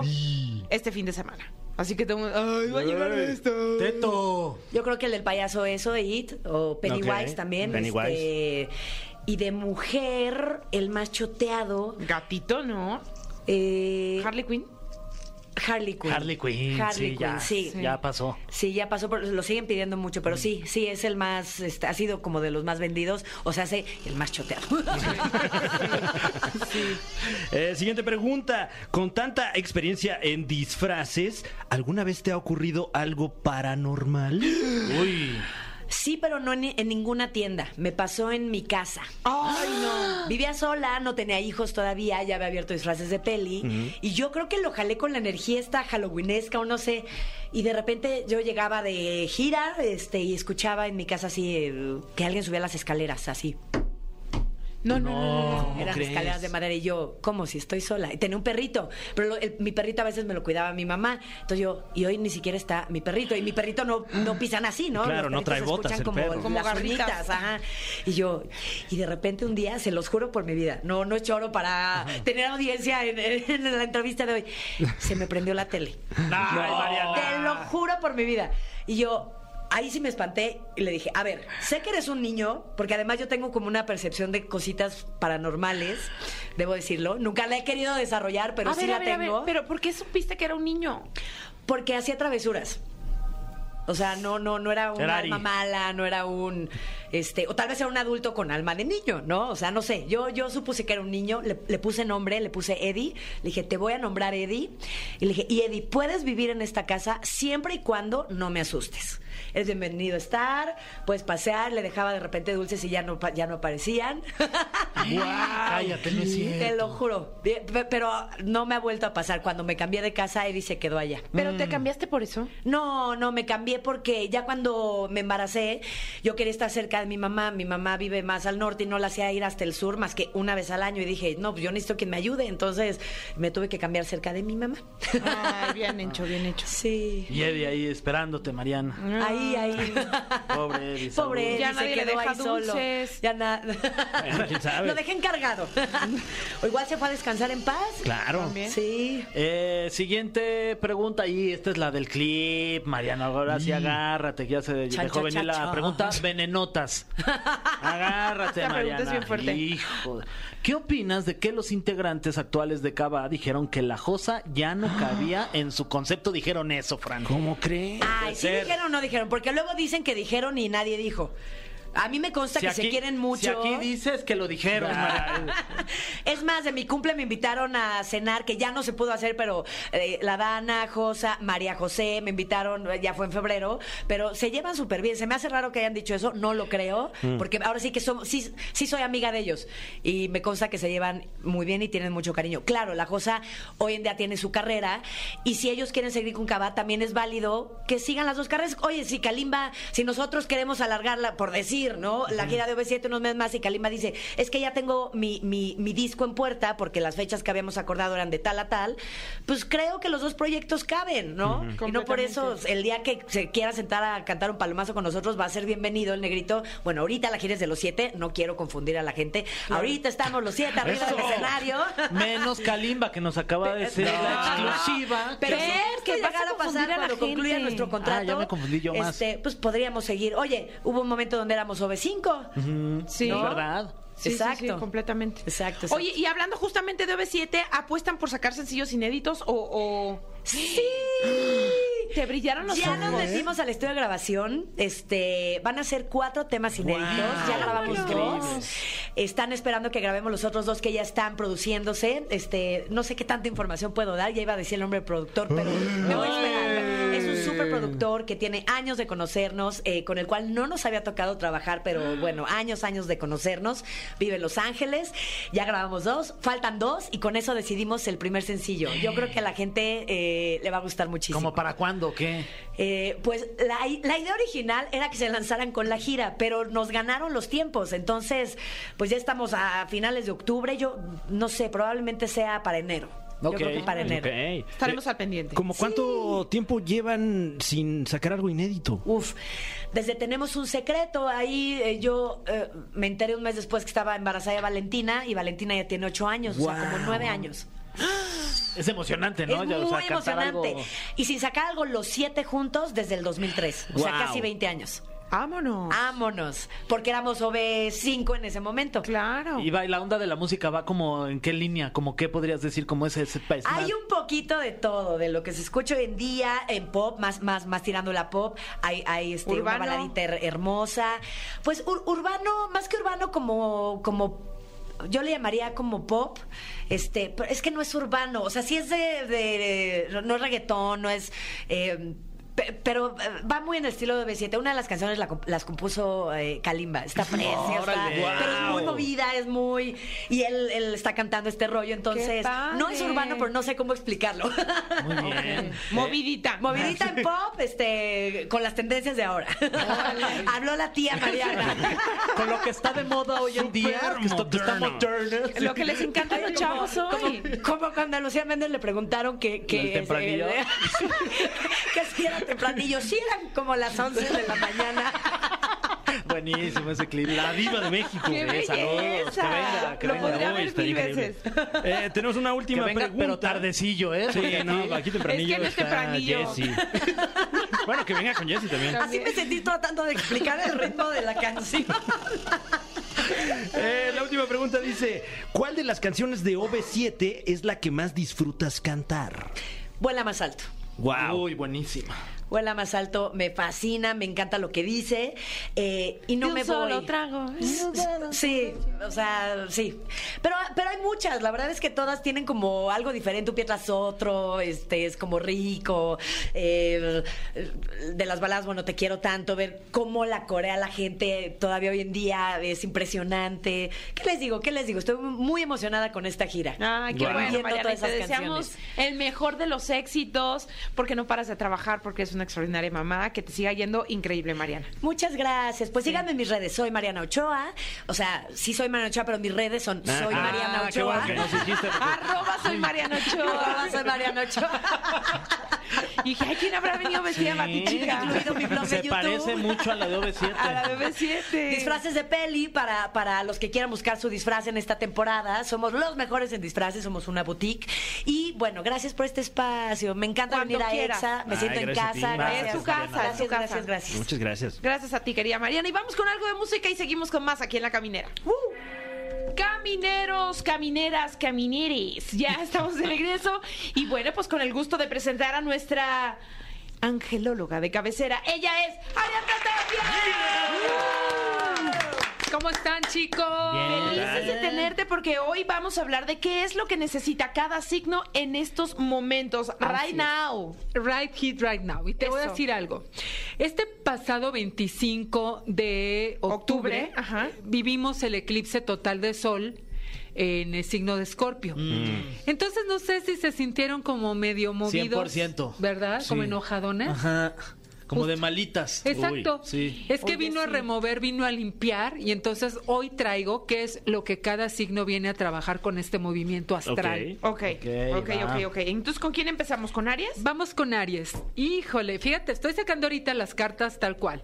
este fin de semana? Así que tengo. ¡Ay, va a llegar esto! Teto. Yo creo que el del payaso eso, de It, o Pennywise Ok, también. Pennywise. este, y de mujer, el más choteado, Gatito, ¿no? eh, Harley Quinn. Harley Quinn. Harley Quinn. Harley sí, Quinn, ya, sí. Ya pasó. Sí, ya pasó, por- lo siguen pidiendo mucho, pero sí, sí, es el más, este, ha sido como de los más vendidos, o sea, hace el más choteado. Eh, siguiente pregunta. Con tanta experiencia en disfraces, ¿alguna vez te ha ocurrido algo paranormal? Uy. Sí, pero no en, en ninguna tienda, me pasó en mi casa. ¡Ay, no! Vivía sola, no tenía hijos todavía, ya había abierto disfraces de peli, y yo creo que lo jalé con la energía esta halloweenesca o no sé, y de repente yo llegaba de gira este, y escuchaba en mi casa así eh, que alguien subía las escaleras, así. No, no, no. no, no. ¿Cómo Eran crees? escaleras de madera y yo, ¿cómo si estoy sola? Y tenía un perrito, pero lo- el- mi perrito a veces me lo cuidaba mi mamá. Entonces yo, y hoy ni siquiera está mi perrito, y mi perrito no, no pisan así, ¿no? Claro, Los no perritos trae se botas escuchan el como, perro. Como las garritas. uñitas, ajá. Y yo, y de repente un día, se los juro por mi vida, no, no es choro para tener audiencia en, en la entrevista de hoy, se me prendió la tele. Ay, Mariana. Te lo juro por mi vida. Y yo, ahí sí me espanté y le dije, a ver, sé que eres un niño, porque además yo tengo como una percepción de cositas paranormales, debo decirlo. Nunca la he querido desarrollar, pero a sí ver, la a ver, a ver, tengo. pero ¿por qué supiste que era un niño? Porque hacía travesuras. O sea, no, no, no era un Era Ari. alma mala, no era un este, o tal vez era un adulto con alma de niño, ¿no? O sea, no sé. Yo, yo supuse que era un niño, le, le puse nombre, le puse Eddie, le dije, te voy a nombrar Eddie. Y le dije, y Eddie, puedes vivir en esta casa siempre y cuando no me asustes. Es bienvenido a estar, puedes pasear, le dejaba de repente dulces y ya no, pa- ya no aparecían. Cállate, no es Te cierto. lo juro. Pe- Pero no me ha vuelto a pasar. Cuando me cambié de casa, Eddie se quedó allá. ¿Pero te cambiaste por eso? No, no, me cambié porque ya cuando me embaracé, yo quería estar cerca de mi mamá. Mi mamá vive más al norte y no la hacía ir hasta el sur más que una vez al año. Y dije, no, pues yo necesito quien me ayude. Entonces me tuve que cambiar cerca de mi mamá. Ay, bien hecho, bien hecho. Sí. Y Eddie ahí esperándote, Mariana. Ahí, ahí. Ah. Pobre Eddie. Pobre, Ya él, se nadie le quedó deja ahí solo. dulces. Ya nada. Bueno, quién sabe. Lo dejé encargado. o igual se fue a descansar en paz. Claro. También. Sí. Eh, siguiente pregunta y esta es la del clip, Mariana. Ahora sí agárrate, que ya se Chan, dejó chan, venir chan, la chan. pregunta venenotas. Agárrate, Esta Mariana. pregunta es bien fuerte. Hijo de- ¿Qué opinas de que los integrantes actuales de Cava dijeron que la Josa ya no cabía en su concepto? Dijeron eso, Fran. ¿Cómo crees? Ay, puede sí ser. dijeron o no dijeron, porque luego dicen que dijeron y nadie dijo. A mí me consta que se quieren mucho. Si aquí dices que lo dijeron, Mariana. Es más, de mi cumple me invitaron a cenar, que ya no se pudo hacer, pero eh, la Dana, Josa, María José, me invitaron, eh, ya fue en febrero, pero se llevan súper bien. Se me hace raro que hayan dicho eso, no lo creo, porque ahora sí que somos, sí, sí soy amiga de ellos y me consta que se llevan muy bien y tienen mucho cariño. Claro, la Josa hoy en día tiene su carrera y si ellos quieren seguir con Cava, también es válido que sigan las dos carreras. Oye, si Kalimba, si nosotros queremos alargarla, por decir, seguir, ¿no? La gira de OV7 unos meses más y Kalimba dice, es que ya tengo mi, mi, mi disco en puerta porque las fechas que habíamos acordado eran de tal a tal. Pues creo que los dos proyectos caben, ¿no? Y no por eso el día que se quiera sentar a cantar un palomazo con nosotros va a ser bienvenido el negrito. Bueno, ahorita la gira es de los siete, no quiero confundir a la gente. Ahorita estamos los siete arriba del Eso. escenario. Menos Kalimba que nos acaba de decir la exclusiva. Pero ¿Ves? que Que vas a llegara a confundir pasar a la cuando concluya gente. nuestro contrato. Ah, ya me confundí yo más. este, pues podríamos seguir. Oye, hubo un momento donde éramos OV5. Sí. Es verdad. Sí, sí, sí, Exacto. completamente. Exacto, exacto. Oye, y hablando justamente de OV7, ¿apuestan por sacar sencillos inéditos o...? o- Sí. Te brillaron los Ya nos ojos. ¿eh? metimos al estudio de grabación. Este, van a ser cuatro temas inéditos. ya grabamos Vámonos. dos. Están esperando que grabemos los otros dos que ya están produciéndose. Este, no sé qué tanta información puedo dar. Ya iba a decir el nombre del productor, pero me voy a esperar. Es un súper productor que tiene años de conocernos, eh, con el cual no nos había tocado trabajar, Ah. pero bueno, años, años de conocernos. Vive en Los Ángeles. Ya grabamos dos, faltan dos y con eso decidimos el primer sencillo. Yo creo que a la gente eh, le va a gustar muchísimo. ¿Como para cuándo o qué? Eh, pues la, i- la idea original era que se lanzaran con la gira, pero nos ganaron los tiempos. Entonces, pues ya estamos a finales de octubre. Yo no sé, probablemente sea para enero. Yo Ok. creo que para enero. Ok. Eh, Estaremos al pendiente. ¿Cómo cuánto tiempo llevan sin sacar algo inédito? Uf, desde tenemos un secreto, ahí eh, yo eh, me enteré un mes después que estaba embarazada de Valentina y Valentina ya tiene ocho años, o sea, Wow. como nueve años. Es emocionante, ¿no? es Ya, muy o sea, cantar emocionante. algo- Y sin sacar algo los siete juntos desde el 2003, o sea, Wow. casi 20 años. Vámonos. Ah. Vámonos, porque éramos OB5 en ese momento. claro. Y va, y la onda de la música va como en qué línea, como qué podrías decir, como ese, ese es pues, más- Hay un poquito de todo, de lo que se escucha hoy en día en pop, más más más tirando la pop, hay hay este, una Urbano. baladita her- hermosa. Pues ur- urbano, más que urbano como como yo le llamaría como pop, este, pero es que no es urbano, o sea, sí es de, de- no es reggaetón, no es eh, pe- pero eh, va muy en el estilo de B7. Una de las canciones la comp- las compuso eh, Kalimba. Está preciosa. Órale. Pero es muy Guau. movida, es muy. Y él, él está cantando este rollo. Entonces, no es padre. urbano, pero no sé cómo explicarlo. Muy bien. Movidita. Movidita en pop, este, con las tendencias de ahora. Habló la tía Mariana. Con lo que está de moda hoy en día, Súper que está, que está moderno. moderno, sí. Lo que les encanta a los chavos hoy. Como, como cuando a Lucía Méndez le preguntaron que, que, eh, ¿Del tempranillo? que si era tempranillo, sí eran como las 11 de la mañana. Buenísimo ese clip. La diva de México. ¡Qué Eh, saludos, que venga, belleza! que Lo venga. podría Uy, ver está mil increíble. veces. Eh, tenemos una Que última venga, pregunta. pero tardecillo, ¿eh? Sí, Porque no, aquí- aquí Es tempranillo. que no es está tempranillo. Jessy. bueno, que venga con Jessy también. Así me sentí tratando de explicar el ritmo de la canción. Eh, la última pregunta dice: ¿Cuál de las canciones de OV7 es la que más disfrutas cantar? Vuela más alto. Wow. Uy, buenísima. Vuela más alto, me fascina, me encanta lo que dice eh, y no De un me solo voy. trago. Sí, o sea, sí. Pero, pero hay muchas, la verdad es que todas tienen como algo diferente, un pie tras otro, este, es como rico. eh, de las baladas, bueno, te quiero tanto, ver cómo la corea la gente todavía hoy en día es impresionante. ¿Qué les digo? ¿Qué les digo? Estoy muy emocionada con esta gira. Ay, Ah, qué Wow. bueno, Viendo Mariana. y todas Te esas deseamos el mejor de los éxitos, porque no paras de trabajar, porque es una extraordinaria mamá. Que te siga yendo increíble, Mariana. Muchas gracias. Pues síganme en mis redes. Soy Mariana Ochoa. O sea, sí soy Mariana Ochoa, pero mis redes son Ah, Soy ah, Mariana qué Ochoa. bueno que nos dijiste, Arroba soy Mariana Ochoa. Arroba soy Mariana Ochoa. Y dije, ay, ¿quién habrá venido vestida batichica? incluido mi blog de Se YouTube. parece mucho a la de OV7. A la BB7. Disfraces de peli para, para los que quieran buscar su disfraz en esta temporada. Somos los mejores en disfraces, somos una boutique. Y bueno, gracias por este espacio. Me encanta Cuando venir quieras. a EXA. Me Ay, siento en gracias a ti. casa. Es Gracias. tu casa, es tu Gracias, casa. gracias, gracias. Muchas gracias. Gracias a ti, querida Mariana. Y vamos con algo de música y seguimos con más aquí en La Caminera. Camineros, camineras, camineres. Ya estamos de regreso. Y bueno, pues con el gusto de presentar a nuestra angelóloga de cabecera. Ella es Ariadna Tapia. ¿Cómo están, chicos? Felices de tenerte porque hoy vamos a hablar de qué es lo que necesita cada signo en estos momentos, right now. Right Hit Right Now. Y te voy a Eso. decir algo. Este pasado 25 de octubre, Octubre, ajá. vivimos el eclipse total de sol en el signo de Escorpio. Entonces no sé si se sintieron como medio movidos, 100%. ¿verdad? Como Sí. enojadones. Ajá. Como de Justo. malitas. Exacto. Uy, sí. Es que Oye, vino a sí. remover, vino a limpiar y entonces hoy traigo qué es lo que cada signo viene a trabajar con este movimiento astral. Ok. Ok, Ok, ok, va. ok, ok. Entonces, ¿con quién empezamos? ¿Con Aries? Vamos con Aries. Híjole, fíjate, estoy sacando ahorita las cartas tal cual.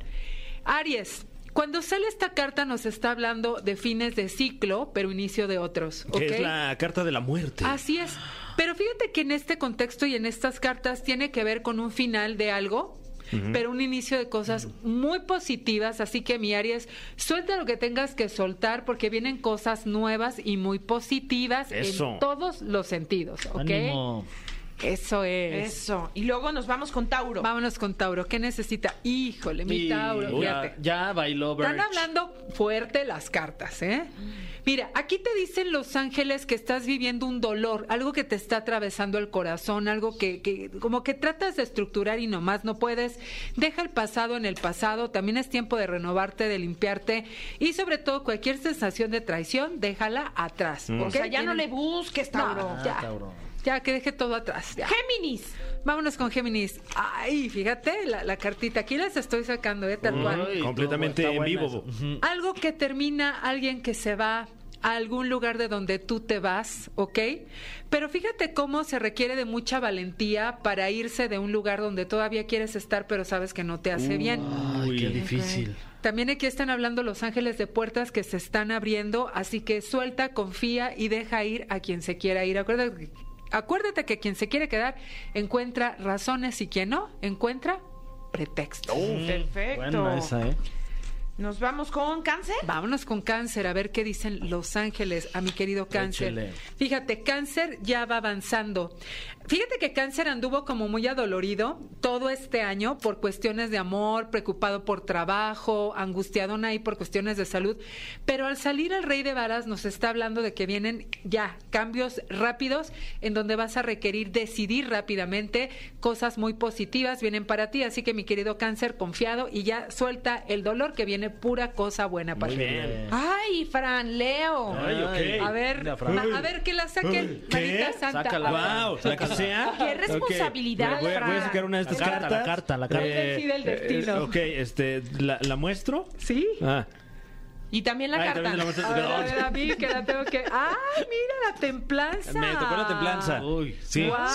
Aries, cuando sale esta carta nos está hablando de fines de ciclo, pero inicio de otros. ¿ok? Ah, Que es la carta de la muerte. Así es. Pero fíjate que en este contexto y en estas cartas tiene que ver con un final de algo. Pero un inicio de cosas muy positivas, así que mi Aries, suelta lo que tengas que soltar porque vienen cosas nuevas y muy positivas Eso. en todos los sentidos, ¿ok? Ánimo. Eso es. Eso. Y luego nos vamos con Tauro. Vámonos con Tauro. ¿Qué necesita? Híjole, mi Y- Tauro. Uy, fíjate. ya, ya bailó Birch. Están hablando fuerte las cartas, ¿eh? Mira, aquí te dicen los ángeles que estás viviendo un dolor, algo que te está atravesando el corazón, algo que, que como que tratas de estructurar y nomás no puedes. Deja el pasado en el pasado, también es tiempo de renovarte, de limpiarte y sobre todo cualquier sensación de traición, déjala atrás. O Mm. ¿ok? sea, ya no Tienen- le busques, Tauro. No, Ah, ya, Tauro. ya que deje todo atrás. ya. Géminis. Vámonos con Géminis. Ay, fíjate, la, la cartita aquí las estoy sacando, ¿eh? Tal cual. Uy, Completamente está en buena vivo. esa. Ujú. Algo que termina, alguien que se va a algún lugar de donde tú te vas, ¿ok? Pero fíjate cómo se requiere de mucha valentía para irse de un lugar donde todavía quieres estar, pero sabes que no te hace bien. Ay, qué difícil. También aquí están hablando los ángeles de puertas que se están abriendo, así que suelta, confía y deja ir a quien se quiera ir. Acuérdate, acuérdate que quien se quiere quedar encuentra razones y quien no encuentra pretextos. Oh. Perfecto. Buena esa, ¿eh? Nos vamos con Cáncer. Vámonos con cáncer, a ver qué dicen los ángeles a mi querido cáncer. Échale. Fíjate, cáncer ya va avanzando. Fíjate que cáncer anduvo como muy adolorido todo este año por cuestiones de amor, preocupado por trabajo, angustiado ahí por cuestiones de salud, pero al salir el rey de varas nos está hablando de que vienen ya cambios rápidos en donde vas a requerir decidir rápidamente cosas muy positivas vienen para ti, así que mi querido cáncer confiado y ya suelta el dolor que viene pura cosa buena para ti. bien. Ah, Ay, Fran, Leo. Ay, ok. A ver, Mira, Fran. a ver que la saquen, ¿Qué? manita santa. Sácala. Wow, la que sea. Qué responsabilidad, Ok. Voy, voy a Fran. sacar una de estas La carta, cartas. la carta, la carta. Él decide el destino. eh, ok, este, ¿la, la muestro? Sí. Ah. Y también la Ay, carta. Ah, también la muestro. A ver, a ver, a mí que la tengo que. ¡Ah, mira la templanza! Me tocó la templanza. Uy, sí, Guau.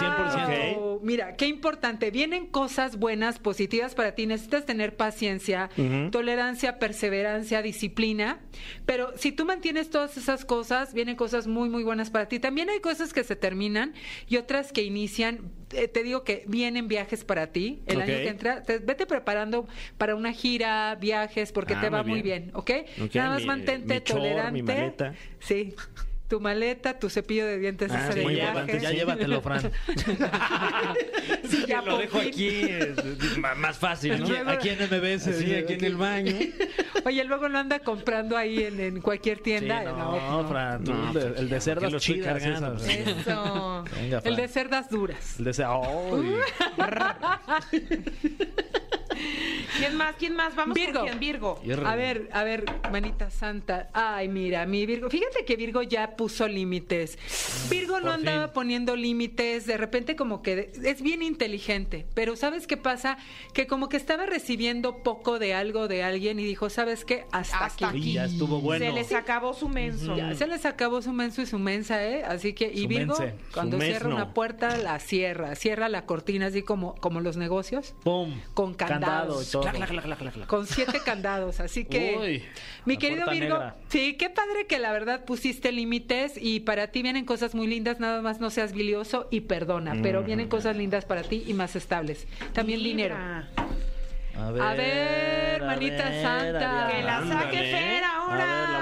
100%. Mira, qué importante. Vienen cosas buenas, positivas para ti. Necesitas tener paciencia, tolerancia, perseverancia, disciplina. Pero si tú mantienes todas esas cosas, vienen cosas muy, muy buenas para ti. También hay cosas que se terminan y otras que inician. Eh, te digo que vienen viajes para ti el año Ok. que entra. Te- vete preparando para una gira, viajes, porque Ah, te va muy muy bien. bien, ¿ok? Ok, Nada más mi- mantente mi chor, mi tolerante. maleta. Sí. Tu maleta, tu cepillo de dientes, Ah, ese sí, de muy viaje. importante, Ya llévatelo, Fran. Sí, ya lo por dejo fin. aquí, es, es ma- más fácil, ¿no? Aquí- aquí en MBS, Sí, sí, aquí en el baño. Oye, luego lo anda comprando ahí en, en cualquier Sí, tienda. no, Fran, tú, No, el, de- el de ¿por qué cerdas lo estoy chidas cargando? esas. Eso. Venga, El Fran. de cerdas duras. El de cerdas. ¿Quién más? ¿Quién más? Vamos Virgo. con quién, Virgo. Hierro. A ver, a ver, manita santa. Ay, mira, mi Virgo. Fíjate que Virgo ya puso límites. Virgo no Mm, Por andaba fin. poniendo límites. De repente, como que de- es bien inteligente. Pero ¿sabes qué pasa? Que como que estaba recibiendo poco de algo de alguien y dijo, ¿sabes qué? Hasta, Hasta aquí. ya estuvo bueno. Se les acabó su menso. Ya, se les acabó su menso y su mensa, ¿eh? Así que, y Mm. Su Virgo, mense, cuando su cierra mesno. una puerta, la cierra. Cierra la cortina, así como, como los negocios, ¡Pum! Con Candado y candados. todo. con siete candados. Así que, Uy, mi la querido puerta Virgo, negra. sí, qué padre que la verdad pusiste límites y para ti vienen cosas muy lindas, nada más no seas bilioso y perdona, Mm. pero vienen cosas lindas para ti y más estables. También dinero. Libra. A ver, A ver, a manita santa. Adriana. Que la saque Ándale. Fer A ver, la voy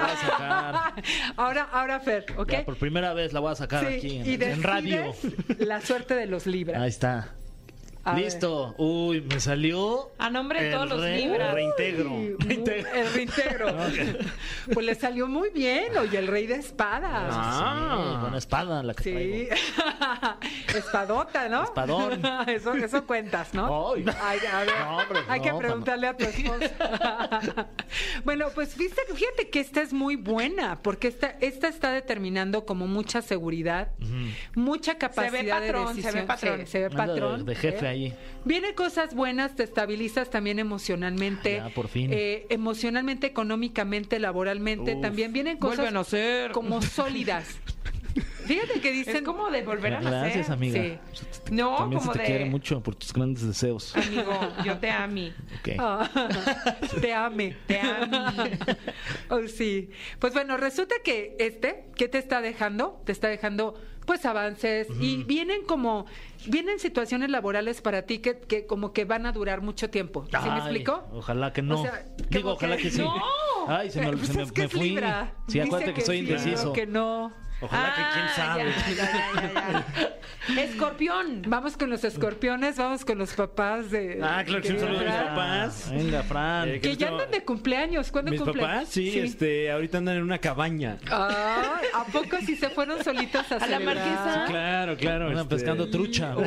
ahora. a sacar. ahora, ahora, Fer, ¿ok? Ya, por primera vez la voy a sacar Sí, aquí en, y en radio. decides La suerte de los libras. Ahí está. A ver. Listo. Uy, me salió. A nombre de El todos los rey. Libras. Reintegro. Uy, muy- El reintegro. Pues le salió muy bien, oye, el rey de espadas. Ah. Sí, buena espada la que Sí. traigo. Espadota, ¿no? Espadón. Eso, eso cuentas, ¿no? Ay. Ay, a ver, No, hombre, hay no, que cuando- preguntarle a tu esposa. bueno, pues viste, fíjate que esta es muy buena, porque esta, esta está determinando como mucha seguridad, mucha capacidad de patrón, se ve decisión. Sí, patrón. se ve Anda de- patrón. ¿eh? de jefe ahí? Vienen cosas buenas, te estabilizas también emocionalmente. Ah, ya, por fin. eh, emocionalmente, económicamente, laboralmente. Uf. También vienen Vuelven cosas a ser. como sólidas. Fíjate que dicen. Es como de volver a nacer. Gracias, amiga. Sí. No, También como se te de. quiere mucho por tus grandes deseos. Amigo, yo te amé. Ok. Ah, te ame. Te amo. Oh, sí. Pues bueno, resulta que este, ¿qué te está dejando? Te está dejando pues avances y vienen como, vienen situaciones laborales para ti que, que como que van a durar mucho tiempo. ¿Sí me Ay, explico? Ojalá que no. O sea, Digo, como ojalá que, sí. ¡No! Ay, se me, Pues se me- es que me es fui. Libra. Sí, acuérdate Dice que, soy sí, indeciso. que no. Ah, Ojalá que quién sabe. Escorpión. Vamos con los escorpiones, vamos con los papás de. Ah, claro que sí, un de saludo a mis Fran. papás. Venga, Fran. Eh, Que ya andan de cumpleaños. ¿Cuándo Mis cumplen? papás, sí, este, ahorita andan en una cabaña. Ah, ¿A poco si se fueron solitos a, la celebrar? marquesa? Claro, claro. Andan este, pescando trucha. Uy,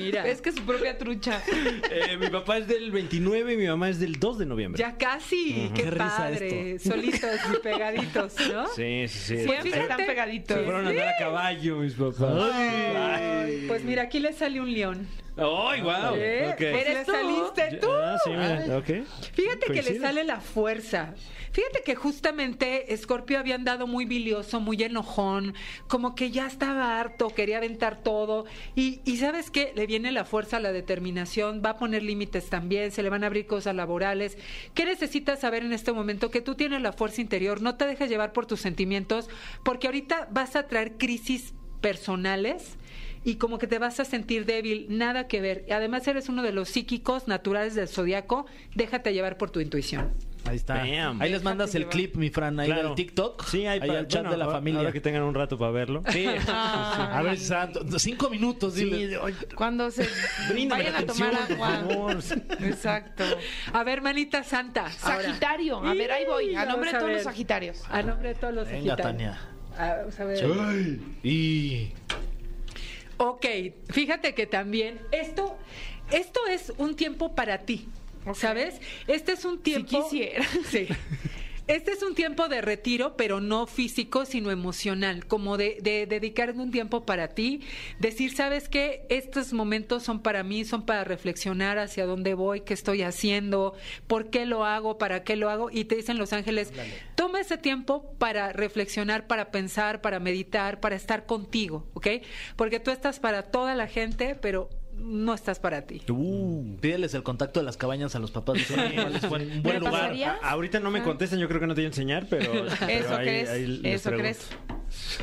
mira. Es que su propia trucha. eh, mi papá es del 29 y mi mamá es del 2 de noviembre. Ya casi, qué, Qué risa padre. Solitos y pegaditos, ¿no? Sí, sí, sí. Pues Siempre fíjate. están pegaditos. Se fueron a andar a caballo mis papás. Ay, Pues mira, aquí le sale un león. ¡Ay, wow! ¿Eh? Ok. Le ¿Eres tú? saliste tú. Ah, sí, mira, ok. Fíjate que le Coincido. sale la fuerza. Fíjate que justamente Scorpio había andado muy bilioso, muy enojón, como que ya estaba harto, quería aventar todo. Y, y sabes qué, le viene la fuerza, la determinación, va a poner límites también, se le van a abrir cosas laborales. ¿Qué necesitas saber en este momento? Que tú tienes la fuerza interior, no te dejes llevar por tus sentimientos, porque ahorita vas a traer crisis personales y como que te vas a sentir débil, nada que ver. Y Además eres uno de los psíquicos naturales del zodiaco, déjate llevar por tu intuición. Ahí está. Bam. Ahí les mandas el clip, mi Fran, ahí Claro. del TikTok. Sí, ahí hay pa- al chat bueno, de la ahora- familia. Ahora que tengan un rato para verlo. Sí. A ver, santo, cinco minutos, dile. Cuando se Bríndame vayan a atención, tomar por agua. favor. Exacto. A ver, manita santa. ahora. Sagitario. A ver, ahí voy. A Vamos nombre de a todos los ver. Sagitarios. A nombre de todos los Venga, sagitarios. Tania. Ah, vamos a ver. Ay, y Ok, fíjate que también esto, esto es un tiempo para ti, ¿sabes? Este es un tiempo. quisiera. Sí. Este es un tiempo de retiro, pero no físico, sino emocional, como de, de dedicarme un tiempo para ti, decir, ¿sabes qué? Estos momentos son para mí, son para reflexionar hacia dónde voy, qué estoy haciendo, por qué lo hago, para qué lo hago. Y te dicen los ángeles, toma ese tiempo para reflexionar, para pensar, para meditar, para estar contigo, ¿ok? Porque tú estás para toda la gente, pero no estás para ti. pídeles el contacto de las cabañas a los papás. dile, ¿cuál es buen- un buen ¿Te lugar. pasaría? Ah. A- ahorita no me contestan, yo creo que no te voy a enseñar, pero. pero Eso ahí- crees. ahí les Eso pregunto. crees.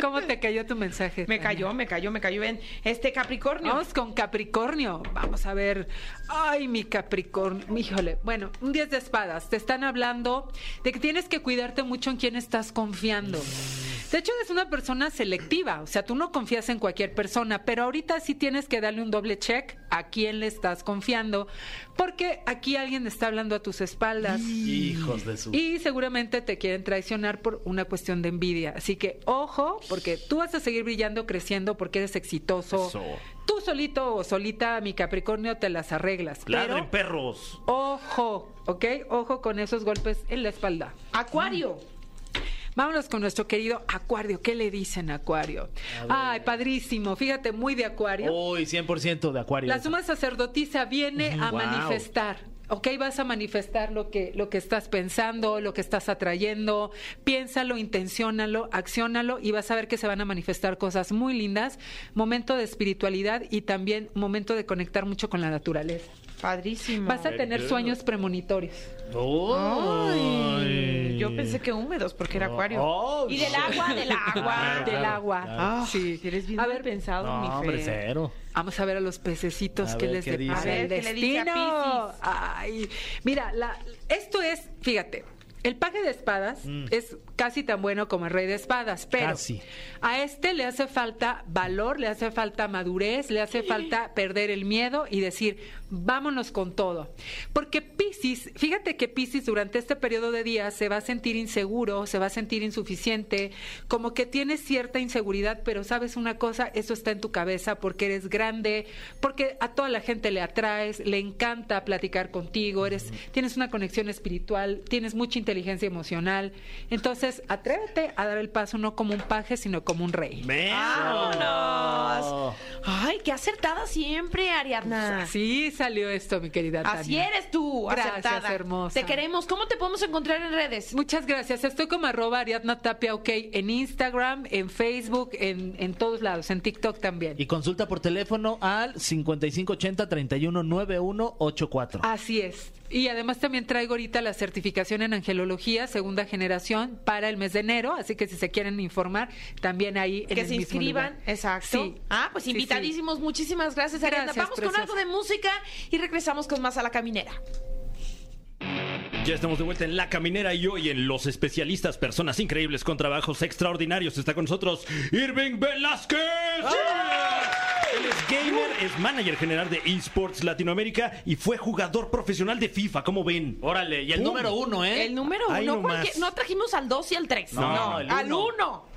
¿Cómo te cayó tu mensaje? Me Tania? cayó, me cayó, me cayó. Ven, este Capricornio. Vamos con Capricornio. Vamos a ver. Ay, mi Capricornio. Híjole. Bueno, un 10 de espadas. Te están hablando de que tienes que cuidarte mucho en quién estás confiando. De hecho, eres una persona selectiva. O sea, tú no confías en cualquier persona, pero ahorita sí tienes que darle un doble check a quién le estás confiando, porque aquí alguien está hablando a tus espaldas. Hijos de su. Y seguramente te quieren traicionar por una cuestión de envidia. Así que ojo, porque tú vas a seguir brillando, creciendo, porque eres exitoso. Eso. Tú solito o solita, mi Capricornio, te las arreglas. ¡Ladren, Pero perros! ojo, ¿ok? Ojo con esos golpes en la espalda. Acuario. Mm. Vámonos con nuestro querido Acuario. ¿Qué le dicen Acuario? Ay, padrísimo. Fíjate, muy de Acuario. Uy, 100% de acuario. La suma sacerdotisa viene a Wow. manifestar. Ok, vas a manifestar lo que, lo que estás pensando, lo que estás atrayendo, piénsalo, intenciónalo, acciónalo y vas a ver que se van a manifestar cosas muy lindas, momento de espiritualidad y también momento de conectar mucho con la naturaleza. Padrísimo. Vas a tener sueños premonitorios. Ay, yo pensé que húmedos porque era acuario. Ay. y del agua, del agua. del agua. Ah, Sí. eres bien A ver, mal pensado, mi No, hombre, Fer. cero. Vamos a ver a los pececitos A que ver les qué dice. depara A el ver qué le dice a destino. Piscis. Ay, mira, la- esto es, fíjate, el paje de espadas es casi tan bueno como el rey de espadas, pero Mm. Casi. a este le hace falta valor, le hace falta madurez, le hace falta perder el miedo y decir, vámonos con todo. Porque Piscis, fíjate que Piscis durante este periodo de días se va a sentir inseguro, se va a sentir insuficiente, como que tiene cierta inseguridad, pero sabes una cosa, eso está en tu cabeza porque eres grande, porque a toda la gente le atraes, le encanta platicar contigo, eres tienes una conexión espiritual, tienes mucha inteligencia emocional. Entonces, atrévete a dar el paso no como un paje, sino como un rey. Ah, ¡Vámonos! Ay, qué acertada siempre, Ariadna. Así Ah, salió esto, mi querida Así Tania. eres tú, Gracias, acertada. hermosa. Te queremos. ¿Cómo te podemos encontrar en redes? Muchas gracias. Estoy como arroba Ariadna Tapia OK en Instagram, en Facebook, en, en todos lados, en TikTok también. Y consulta por teléfono al 5580-319184. Así es. Y además también traigo ahorita la certificación en angelología, segunda generación, para el mes de enero. Así que si se quieren informar, también ahí en que el se mismo inscriban, lugar. exacto. Sí. Ah, pues Sí, sí. invitadísimos, muchísimas gracias, Ariadna. Gracias, Vamos preciosa. con algo de música y regresamos con más a la caminera. Ya estamos de vuelta en La Caminera y hoy en Los Especialistas, personas increíbles con trabajos extraordinarios. Está con nosotros Irving Velázquez. Él es gamer, es manager general de eSports Latinoamérica y fue jugador profesional de FIFA, ¿cómo ven? Órale, y el ¡Pum! número uno, ¿eh? El número Ahí uno, nomás. cualquier- no trajimos al 2 y al 3. No, no, el al uno. 1.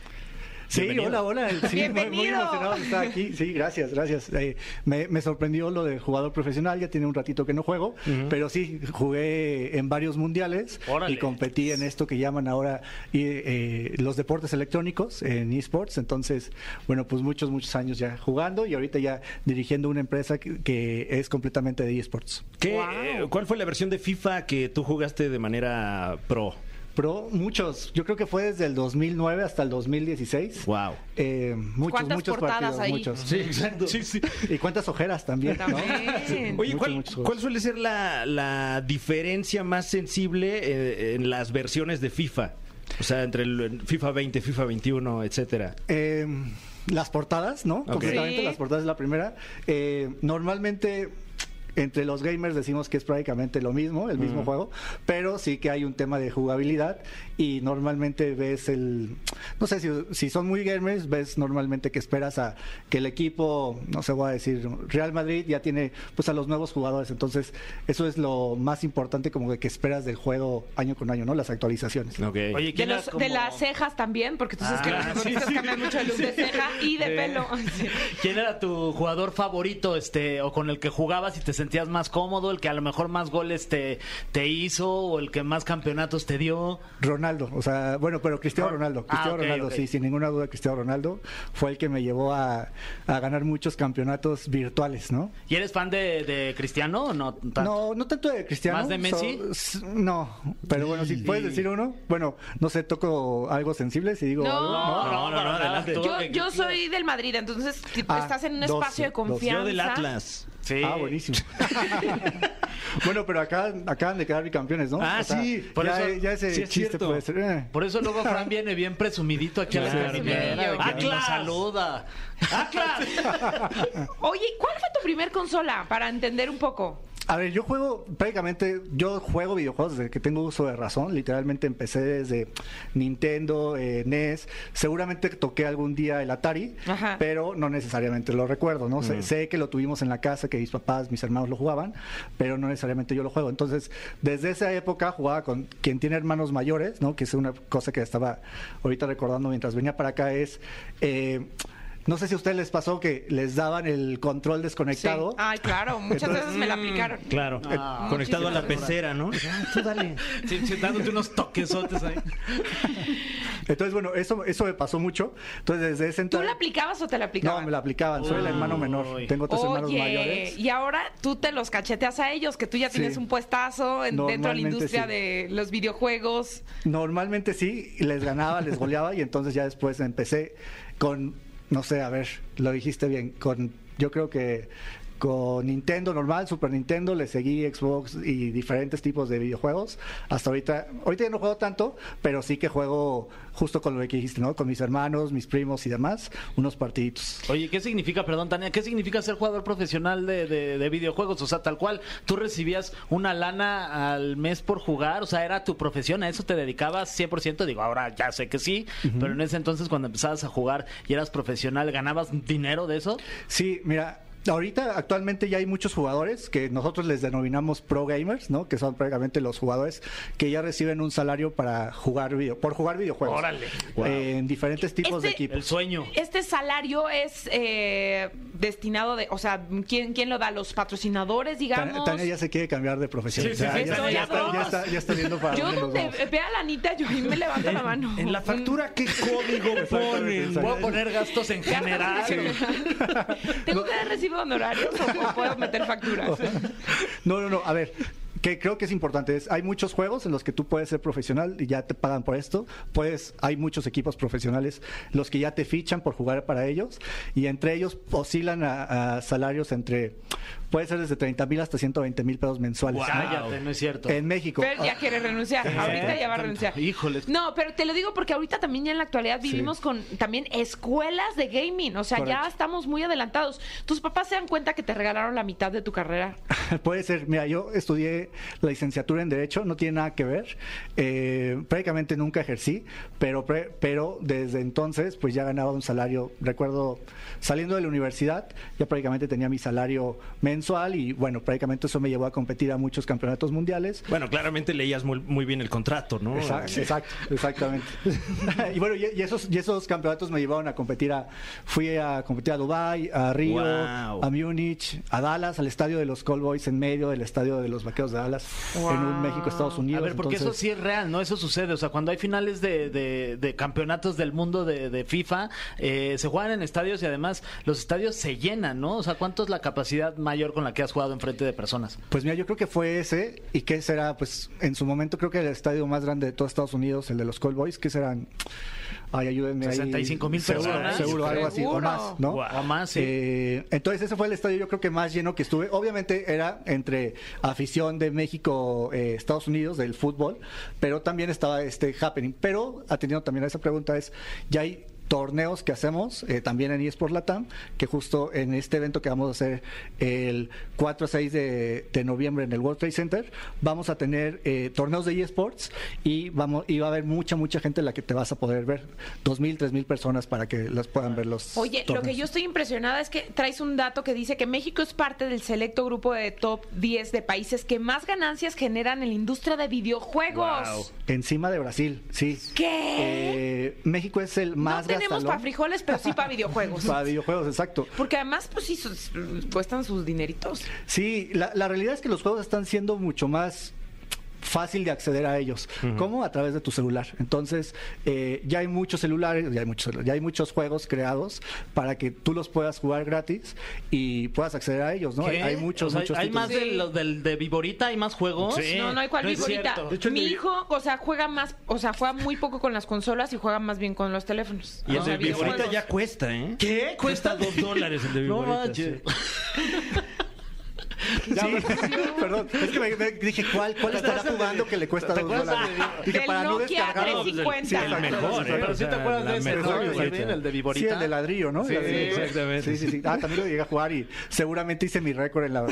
Sí, Bienvenido. hola, hola. Sí, muy- muy, Bienvenido. emocionado de estar aquí. Sí, gracias, gracias. Eh, me, me sorprendió lo de jugador profesional. Ya tiene un ratito que no juego, pero sí jugué en varios mundiales Órale. y competí en esto que llaman ahora eh, eh, los deportes electrónicos en esports. Entonces, bueno, pues muchos, muchos años ya jugando y ahorita ya dirigiendo una empresa que, que es completamente de esports. ¿Qué, eh, ¿Cuál fue la versión de FIFA que tú jugaste de manera pro? Pro, muchos. Yo creo que fue desde el 2009 hasta el 2016. Wow. Eh, muchos, ¿Cuántas muchos portadas partidos, ahí? muchos. exacto. Sí, sí. Y cuántas ojeras también. ¿no? También. Oye, Muchos, ¿cuál, muchos juegos. cuál suele ser la, la diferencia más sensible eh, en las versiones de FIFA? O sea, entre el FIFA 20, FIFA 21, etcétera. Eh, las portadas, ¿no? Completamente Sí. las portadas es la primera. Eh, normalmente. Entre los gamers decimos que es prácticamente lo mismo, el mismo juego, pero sí que hay un tema de jugabilidad y normalmente ves el, no sé, si, si son muy gamers, ves normalmente que esperas a que el equipo, no sé, voy a decir, Real Madrid ya tiene pues a los nuevos jugadores, entonces eso es lo más importante como que- que esperas del juego año con año, ¿no? Las actualizaciones. Ok. Oye, De, ¿quién era los- como- Ah, de las cejas también, porque tú sabes que los futbolistas cambian mucho de look de ceja y de Eh, pelo. Sí. ¿Quién era tu jugador favorito, este, o con el que jugabas y te sentías más cómodo, el que a lo mejor más goles te, te hizo, o el que más campeonatos te dio? Ronaldo, o sea, bueno, pero Cristiano Ah, Ronaldo, ah, Cristiano ok, Ronaldo, ok. sí, sin ninguna duda Cristiano Ronaldo fue el que me llevó a, a ganar muchos campeonatos virtuales, ¿no? ¿Y eres fan de, de Cristiano o no? tanto? No, no tanto de Cristiano. ¿Más de Messi? s- no, pero bueno, si puedes decir uno, bueno, no sé, toco algo sensible, si digo No. algo, No, no, no, para nada. adelante. Yo, yo soy del Madrid, entonces si Ah, estás en un dos, espacio de dos. Yo del confianza. Yo del Atlas. Sí. Ah, buenísimo. bueno, pero acá acaban de quedar bicampeones, ¿no? Ah, sí, por ya, e, eso- ya ese sí es chiste cierto. puede ser. eh. Por eso luego Fran viene bien presumidito aquí a la Claro, caminera. claro, Ah, claro. nos saluda. ¡Atlas! Oye, ¿cuál fue tu primer consola? Para entender un poco. A ver, yo juego prácticamente, yo juego videojuegos desde que tengo uso de razón. Literalmente empecé desde Nintendo, eh, NES. Seguramente toqué algún día el Atari, Ajá. pero no necesariamente lo recuerdo, ¿no? Sé, sé que lo tuvimos en la casa, que mis papás, mis hermanos lo jugaban, pero no necesariamente yo lo juego. Entonces, desde esa época jugaba con quien tiene hermanos mayores, ¿no? Que es una cosa que estaba ahorita recordando mientras venía para acá, es... eh, no sé si a ustedes les pasó que les daban el control Sí. desconectado. Ay, claro, muchas Entonces, mm, veces me la aplicaron. Claro. Ah, Conectado a la Muchísimas pecera, ¿no? Tú dale. Sí, sí, dándote unos toquesotes ahí. Entonces, bueno, eso, eso me pasó mucho. Entonces, desde ese ¿Tú la entonces. aplicabas o te la aplicaban? No, me la aplicaban. Soy el hermano menor. Tengo otros hermanos Oye, mayores. y ahora tú te los cacheteas a ellos, que tú ya Sí. tienes un puestazo en- dentro de la Normalmente industria sí. de los videojuegos. Normalmente sí, les ganaba, les goleaba. Y entonces, ya después empecé con. No sé, a ver, lo dijiste bien. Con. Yo creo que. Con Nintendo normal, Super Nintendo, le seguí Xbox y diferentes tipos de videojuegos. Hasta ahorita, ahorita ya no juego tanto, pero sí que juego justo con lo que dijiste, ¿no? Con mis hermanos, mis primos y demás, unos partiditos. Oye, ¿qué significa, perdón, Tania, qué significa ser jugador profesional de, de- de videojuegos? O sea, tal cual, tú recibías una lana al mes por jugar, o sea, era tu profesión, a eso te dedicabas 100%, digo, ahora ya sé que sí, pero en ese entonces cuando empezabas a jugar y eras profesional, ¿ganabas dinero de eso? Sí, mira, ahorita actualmente ya hay muchos jugadores que nosotros les denominamos pro gamers, ¿no? Que son prácticamente los jugadores que ya reciben un salario para jugar video, por jugar videojuegos. Órale. Eh, En diferentes tipos de Este- equipos. El sueño. Este salario es eh, destinado de, o sea, ¿quién, quién lo da? ¿Los patrocinadores, digamos? Tania, Tania ya se quiere cambiar de profesión. Sí, sí, O sea, sí, ya, estoy ya a está, ya dos. está- ya está viendo para yo dónde nos donde vamos. vea a la Anita, yo ahí me levanto la mano. En la factura, ¿qué código Exactamente, ponen? Voy a exactamente. poner gastos en Gastos en general. ¿Tengo que dar recibo de honorarios o o puedo meter facturas? No, no, no. A ver, que creo que es importante. Es, hay muchos juegos en los que tú puedes ser profesional y ya te pagan por esto. Puedes, hay muchos equipos profesionales los que ya te fichan por jugar para ellos y entre ellos oscilan a, a salarios entre, puede ser desde 30 mil hasta 120 mil pesos mensuales. Cállate, no es cierto. En México. Fer ya quiere renunciar, eh, ahorita ya va a renunciar. Híjoles. No, pero te lo digo porque ahorita también ya en la actualidad vivimos con también escuelas de gaming, o sea, ya Correcto. estamos muy adelantados. Tus papás se dan cuenta que te regalaron la mitad de tu carrera. Puede ser, mira, yo estudié la licenciatura en Derecho, no tiene nada que ver, eh, prácticamente nunca ejercí, pero, pre- pero desde entonces pues ya ganaba un salario, recuerdo saliendo de la universidad, ya prácticamente tenía mi salario mensual y bueno, prácticamente eso me llevó a competir a muchos campeonatos mundiales. Bueno, claramente leías muy, muy bien el contrato, ¿no? Exacto, exacto, exactamente. y bueno, y, y esos, y esos campeonatos me llevaron a competir a, fui a competir a Dubai, a Río, Wow. a Múnich, a Dallas, al estadio de los Cowboys en medio del estadio de los Vaqueros de Dallas, en un México, Estados A Unidos. ver, porque eso entonces- sí es real, ¿no? Eso sucede. O sea, cuando hay finales de, de- de campeonatos del mundo de, de FIFA, eh, se juegan en estadios y además los estadios se llenan, ¿no? O sea, ¿cuánto es la capacidad mayor con la que has jugado enfrente de personas? Pues mira, yo creo que fue ese y que será, pues en su momento creo que el estadio más grande de todo Estados Unidos, el de los Cowboys, que serán, ay, ayúdenme. ahí. 65,000 Seguro, personas. Seguro, algo así, o Seguro. más, ¿no? Guau. O más, sí. Eh, entonces ese fue el estadio yo creo que más lleno que estuve. Obviamente era entre afición de México, eh, Estados Unidos, del fútbol, pero también estaba este happening. Pero atendiendo también a esa pregunta es, ya hay torneos que hacemos eh, también en eSport Latam, que justo en este evento que vamos a hacer el 4 a 6 de, de noviembre en el World Trade Center, vamos a tener eh, torneos de eSports y vamos y va a haber mucha, mucha gente la que te vas a poder ver, 2.000, 3.000 personas para que las puedan ver los Oye, lo que torneos. yo estoy impresionada es que traes un dato que dice que México es parte del selecto grupo de top 10 de países que más ganancias generan en la industria de videojuegos. Encima de Brasil, sí. ¿Qué? Eh, México es el más no tenemos gastalón para frijoles, pero sí para videojuegos. Para videojuegos, exacto. Porque además, pues sí, sus- cuestan sus dineritos. Sí, la, la realidad es que los juegos están siendo mucho más fácil de acceder a ellos. ¿Cómo? A través de tu celular. Entonces, eh, ya hay muchos celulares, ya hay muchos, celulares, ya hay muchos juegos creados para que tú los puedas jugar gratis y puedas acceder a ellos, ¿no? Hay, ¿Qué? hay muchos, O sea, muchos Hay títulos. más de los del de Viborita, hay más juegos. Sí. No, no hay cual Eh, No es viborita. cierto. De Mi hijo, o sea, juega más, o sea, juega muy poco con las consolas y juega más bien con los teléfonos. Y el O de sea, Viborita videojuegos. ya cuesta, ¿eh? ¿Qué? Cuesta dos dólares el de No Viborita. manches. sí. Ya, perdón, es que me, me dije, ¿cuál, cuál estará jugando que le cuesta ¿Te dos acuerdas dólares? de- Dije, Del para no Nokia descargarlo. 350. Sí, El exacto. mejor, ¿eh? Pero sí O te sea, acuerdas la de ese, mejor ¿no? Viborita. Jardín, el de Viborita. Sí, el de ladrillo, ¿no? Sí, El ladrillo. exactamente. Sí, sí, sí. Ah, también lo llegué a jugar y seguramente hice mi récord en la...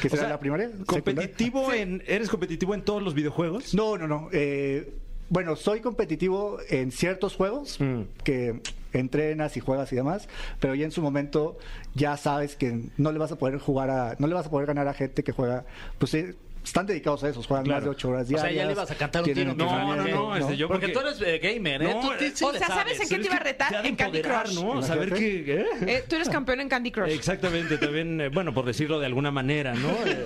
¿Qué será sea, la primaria? ¿Secundaria? Competitivo en, ¿Eres competitivo en todos los videojuegos? No, no, no. Eh, bueno, soy competitivo en ciertos juegos Mm. que entrenas y juegas y demás, pero ya en su momento ya sabes que no le vas a poder jugar a, no le vas a poder ganar a gente que juega, pues sí, están dedicados a esos, juegan más de ocho horas O diarias. sea, ya le vas a cantar un tienen tiro. No, no, entrenamiento, no. este, yo Porque, porque- tú eres eh, gamer, ¿eh? No, Tú sí- sí o le sea, ¿sabes sabes. en qué te iba a retar? ha de En Candy empoderar, Crush. ¿no? Saber Imagínate. que... ¿eh? Eh, tú eres campeón en Candy Crush. Exactamente, también, eh, bueno, por decirlo de alguna manera, ¿no? Eh,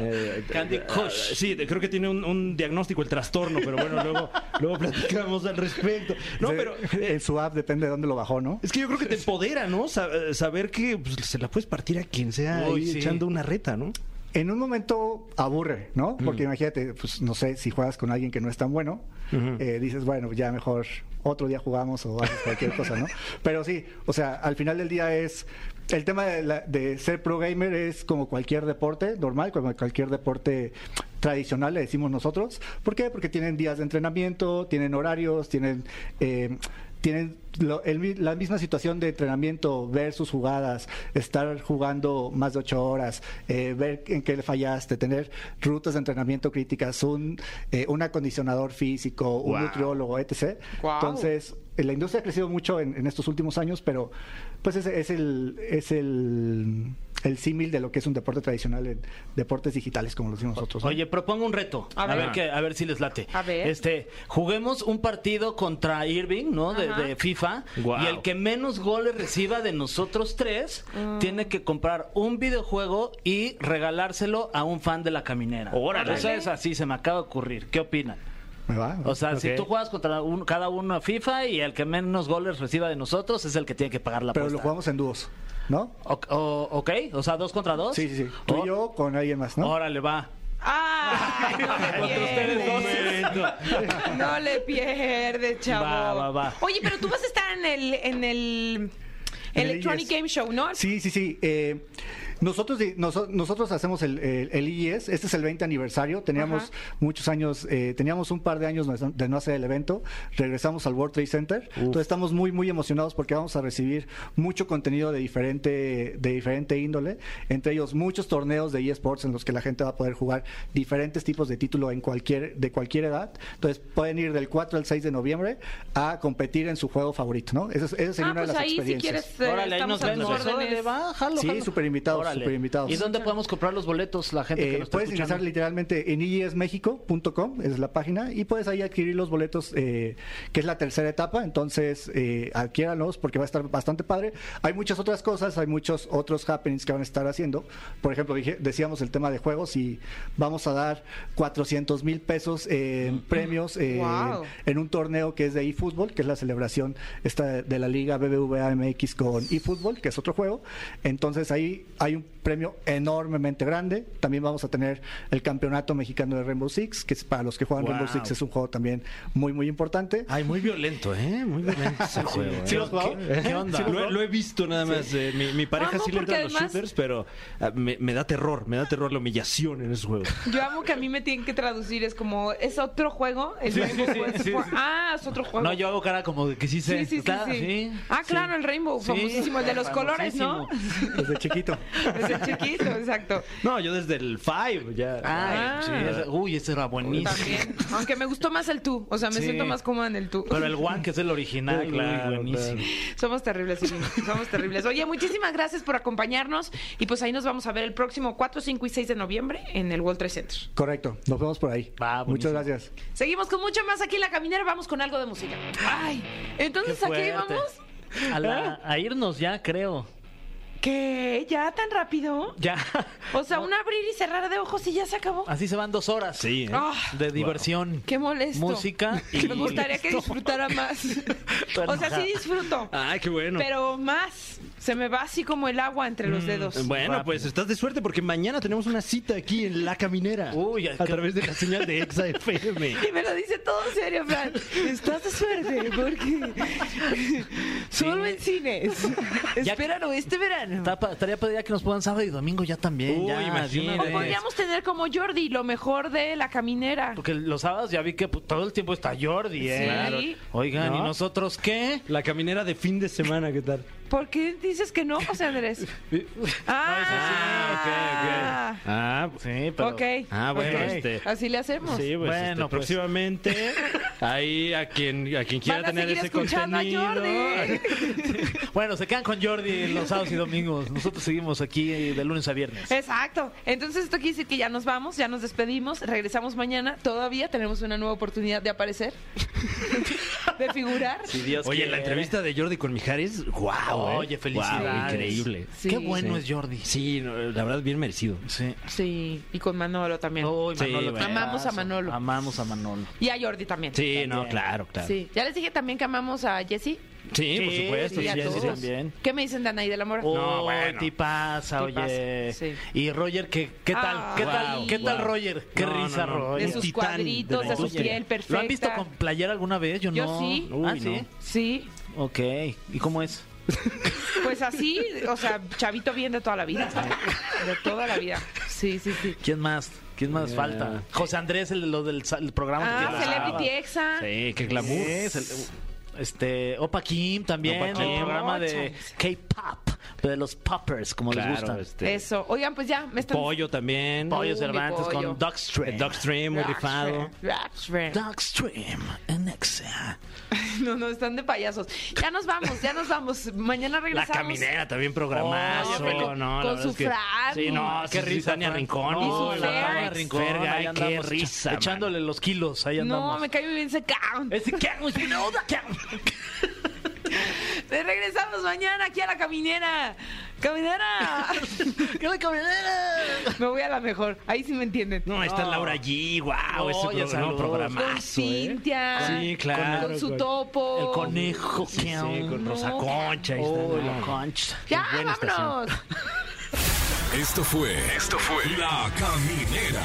eh, Candy eh, Crush. Sí, de- creo que tiene un, un diagnóstico el trastorno, pero bueno, luego, luego platicamos al respecto. No, Sí, pero eh, en su app depende de dónde lo bajó, ¿no? es que yo creo que te empodera, ¿no? Sa- eh, saber que pues, se la puedes partir a quien sea Uy, ahí sí. echando una reta, ¿no? En un momento aburre, ¿no? Porque imagínate, pues no sé, si juegas con alguien que no es tan bueno, eh, dices, bueno, ya mejor otro día jugamos o haces cualquier cosa, ¿no? Pero sí, o sea, al final del día es. El tema de, la- de ser pro gamer es como cualquier deporte normal, como cualquier deporte tradicional, le decimos nosotros. ¿Por qué? Porque tienen días de entrenamiento, tienen horarios, tienen. eh, tienen lo- el mi- la misma situación de entrenamiento, ver sus jugadas, estar jugando más de ocho horas, eh, ver en qué le fallaste, tener rutas de entrenamiento críticas, un, eh, un acondicionador físico, un nutriólogo, etc. Guau. Entonces, eh, la industria ha crecido mucho en, en estos últimos años, pero pues ese es el, es el el símil de lo que es un deporte tradicional en deportes digitales como lo hicimos nosotros. ¿no? Oye, propongo un reto. A pues A ver. ver, que, a ver si les late. A ver. Este, juguemos un partido contra Irving, ¿no? De, Ajá. de FIFA. Guau. Y el que menos goles reciba de nosotros tres tiene que comprar un videojuego y regalárselo a un fan de la caminera. Órale. Entonces, así se me acaba de ocurrir. ¿Qué opinan? ¿Me va? O sea, Ok. si tú juegas contra un- cada uno a FIFA y el que menos goles reciba de nosotros es el que tiene que pagar la Pero lo apuesta. jugamos en dúos, ¿no? O- o- ok, o sea, dos contra dos. Sí, sí, sí. Tú O- y yo con alguien más, ¿no? Órale, va. ¡Ay! No le Ah, pierdes. No le pierdes, chavo. Va, va, va. Oye, pero tú vas a estar en el. En el... En el E Electronic EES. Game Show, ¿no? Sí, sí, sí. Eh, nosotros, di- noso- nosotros hacemos el, el, el IES, este es el 20 aniversario, teníamos Ajá. muchos años, eh, teníamos un par de años no- de no hacer el evento, regresamos al World Trade Center, entonces estamos muy, muy emocionados porque vamos a recibir mucho contenido de diferente, de diferente índole, entre ellos muchos torneos de eSports en los que la gente va a poder jugar diferentes tipos de título en cualquier, de cualquier edad, entonces pueden ir del 4 al 6 de noviembre a competir en su juego favorito, ¿no? Esa, es- esa sería Ah, una pues de las ahí si experiencias. quieres eh, Órale, ahí estamos nos a tus vemos. Órale, órdenes. va, jalo, Sí, jalo. superinvitados, superinvitados. ¿Y dónde podemos comprar los boletos la gente Eh, que nos está puedes escuchando? ingresar literalmente en iesmexico.com, es la página, y puedes ahí adquirir los boletos, eh, que es la tercera etapa, entonces eh, adquiéranlos porque va a estar bastante padre. Hay muchas otras cosas, hay muchos otros happenings que van a estar haciendo. Por ejemplo, dije- decíamos el tema de juegos y vamos a dar 400 mil pesos Mm. en premios eh, Wow. en un torneo que es de eFootball, que es la celebración esta de la Liga BBVA MX con eFootball, que es otro juego. Entonces ahí hay un premio enormemente grande. También vamos a tener el Campeonato Mexicano de Rainbow Six, que es para los que juegan Wow. Rainbow Six es un juego también muy, muy importante. Ay, muy violento, ¿eh? Muy violento ese juego. ¿eh? ¿Sí lo has jugado? ¿Qué onda? lo, he- lo he visto nada más. eh, mi, mi pareja Amo, sí le entra a porque los además- shooters, pero ah, me, me da terror. Me da terror la humillación en esos juegos. Yo amo que a mí me tienen que traducir, es como, ¿es otro juego? ¿El Sí, Rainbow sí, sí, Fue- sí, fue- sí. Ah, es otro juego. No, yo hago cara como de que sí sé. Sí, sí, sí, ¿Está? sí. Ah, claro, el Rainbow, Sí, famosísimo, el de los colores, ¿no? Desde chiquito. Desde chiquito, exacto. No, yo desde el Five ya. Ay, Ah. sí, ese- uy, ese era buenísimo. También. Aunque me gustó más el tú. O sea, me Sí. siento más cómoda en el tú. Pero el One, que es el original, Sí, uy, claro, buenísimo. Somos terribles, Irving. Somos terribles. Oye, muchísimas gracias por acompañarnos. Y pues ahí nos vamos a ver el próximo 4, 5 y 6 de noviembre en el World Trade Center. Correcto, nos vemos por ahí. Va, buenísimo. Muchas gracias. Seguimos con mucho más aquí en La Caminera. Vamos con algo de música. Ay, entonces, Qué ¿a qué fuerte. íbamos? ¿Eh? A, la- a irnos ya, creo. ¿Qué? ¿Ya tan rápido? Ya. O sea, un abrir y cerrar de ojos y ya se acabó. Así se van dos horas. Sí, ¿eh? Ah, De diversión. qué molesto. Música y- Me gustaría que disfrutara más. O sea, sí disfruto. Ay, qué bueno. Pero más. Se me va así como el agua entre Mm, los dedos. Bueno, pues estás de suerte porque mañana tenemos una cita aquí en La Caminera. Uy, a qué- través de la señal de Exa FM. Y me lo dice todo serio, Fran. Estás de suerte, porque solo en cines. Ya- Espéralo este verano. Está pa- estaría padre ya que nos puedan sábado y domingo ya también. Uy, ya, de una imagínate. O vez. podríamos tener como Jordi lo mejor de la caminera. Porque los sábados ya vi que pu- todo el tiempo está Jordi, ¿eh? Sí. Claro. Oigan, ¿y ¿No? nosotros qué? La caminera de fin de semana, ¿qué tal? ¿Por qué dices que no, José Andrés? Ah, Ah, Sí, pero... ok. ah bueno, Ok. este. Así le hacemos. Sí, pues, Bueno, este, pues. próximamente ahí a quien a quien quiera Van a tener seguir ese escuchando a contenido. Jordi. Bueno, se quedan con Jordi los sábados y domingos. Nosotros seguimos aquí eh, de lunes a viernes. Exacto. Entonces esto quiere decir que ya nos vamos, ya nos despedimos, regresamos mañana. Todavía tenemos una nueva oportunidad de aparecer, de figurar. Oye, la entrevista de Jordi con Mijares, Ah, wow. Oye, felicidades. increíble. Sí. Qué bueno Sí. es Jordi. Sí, no, la verdad bien merecido. Sí. Sí, y con Manolo también. Uy, Sí, Manolo, bueno. qué Amamos a Manolo. Amamos a Manolo. Y a Jordi también. Sí, no, claro, claro. Sí, Sí. Ya les dije también que amamos a Jessy. por Sí, supuesto. sí, a sí, sí, todos. sí. también. ¿Qué me dicen de Anaí de la Oh. Mora? no, bueno. pasa, Tipazo, oye. sí. Y Roger, ¿qué, qué tal? Ah, ¿Qué tal? wow, ¿Qué tal wow. Roger? Qué No, no, risa, no. Roger. de sus titán de cuadritos, la de su industria. piel perfecta. ¿Lo han visto con playera alguna vez? Yo, Yo no. sí. Ah, Uy, sí. Sí, Ok. ¿Y cómo es? pues así, o sea, chavito bien de toda la vida. De toda la vida. Sí, sí, sí. ¿Quién más? ¿Quién más Ya. falta? José Andrés, el, lo del sa- el programa. que Ah, tiene los Celebrity Exa. Sí, qué sábados. glamour. Sí, cel- este, Opa Kim también, Opa Kim. el Oh, programa de Ocho. K-pop, de los poppers, como Claro, les gusta. este, Eso. Oigan, pues ya, me están... Pollo también. Pollo Uy, Cervantes mi pollo. Ah, con Dogstream. Dogstream, muy Rap, rifado. rap, rap. Ah, Dogstream en Exa. No, no, están de payasos. Ya nos vamos, ya nos vamos. Mañana La regresamos. caminera también programazo, Oye, ¿no? con- La con verdad su es que- Fran Sí, no, y- qué risa, Tania Rincón. Y su No, la Fer. Tania Rincón. Ferga, ahí andamos, qué echa- risa, Echándole los kilos, ahí No, andamos. me cae muy bien ese count. Ese, ¿qué hago? ¿Qué hago? ¿Qué hago? Te Pues regresamos mañana aquí a la caminera. Caminera. ¿Qué hago, caminera? Me voy a la mejor. Ahí sí me entienden. No, está Laura G, wow, No, ese oye, programa, saludos. Con programazo, ¿eh? Cintia. Sí, claro. Con su topo. El conejo, Sí, ¿qué sí, hago? con Rosa Concha. ahí está, Oh, ¿no? la concha. Ya, Qué buena estación. vámonos. Esto fue. Esto fue. La Caminera.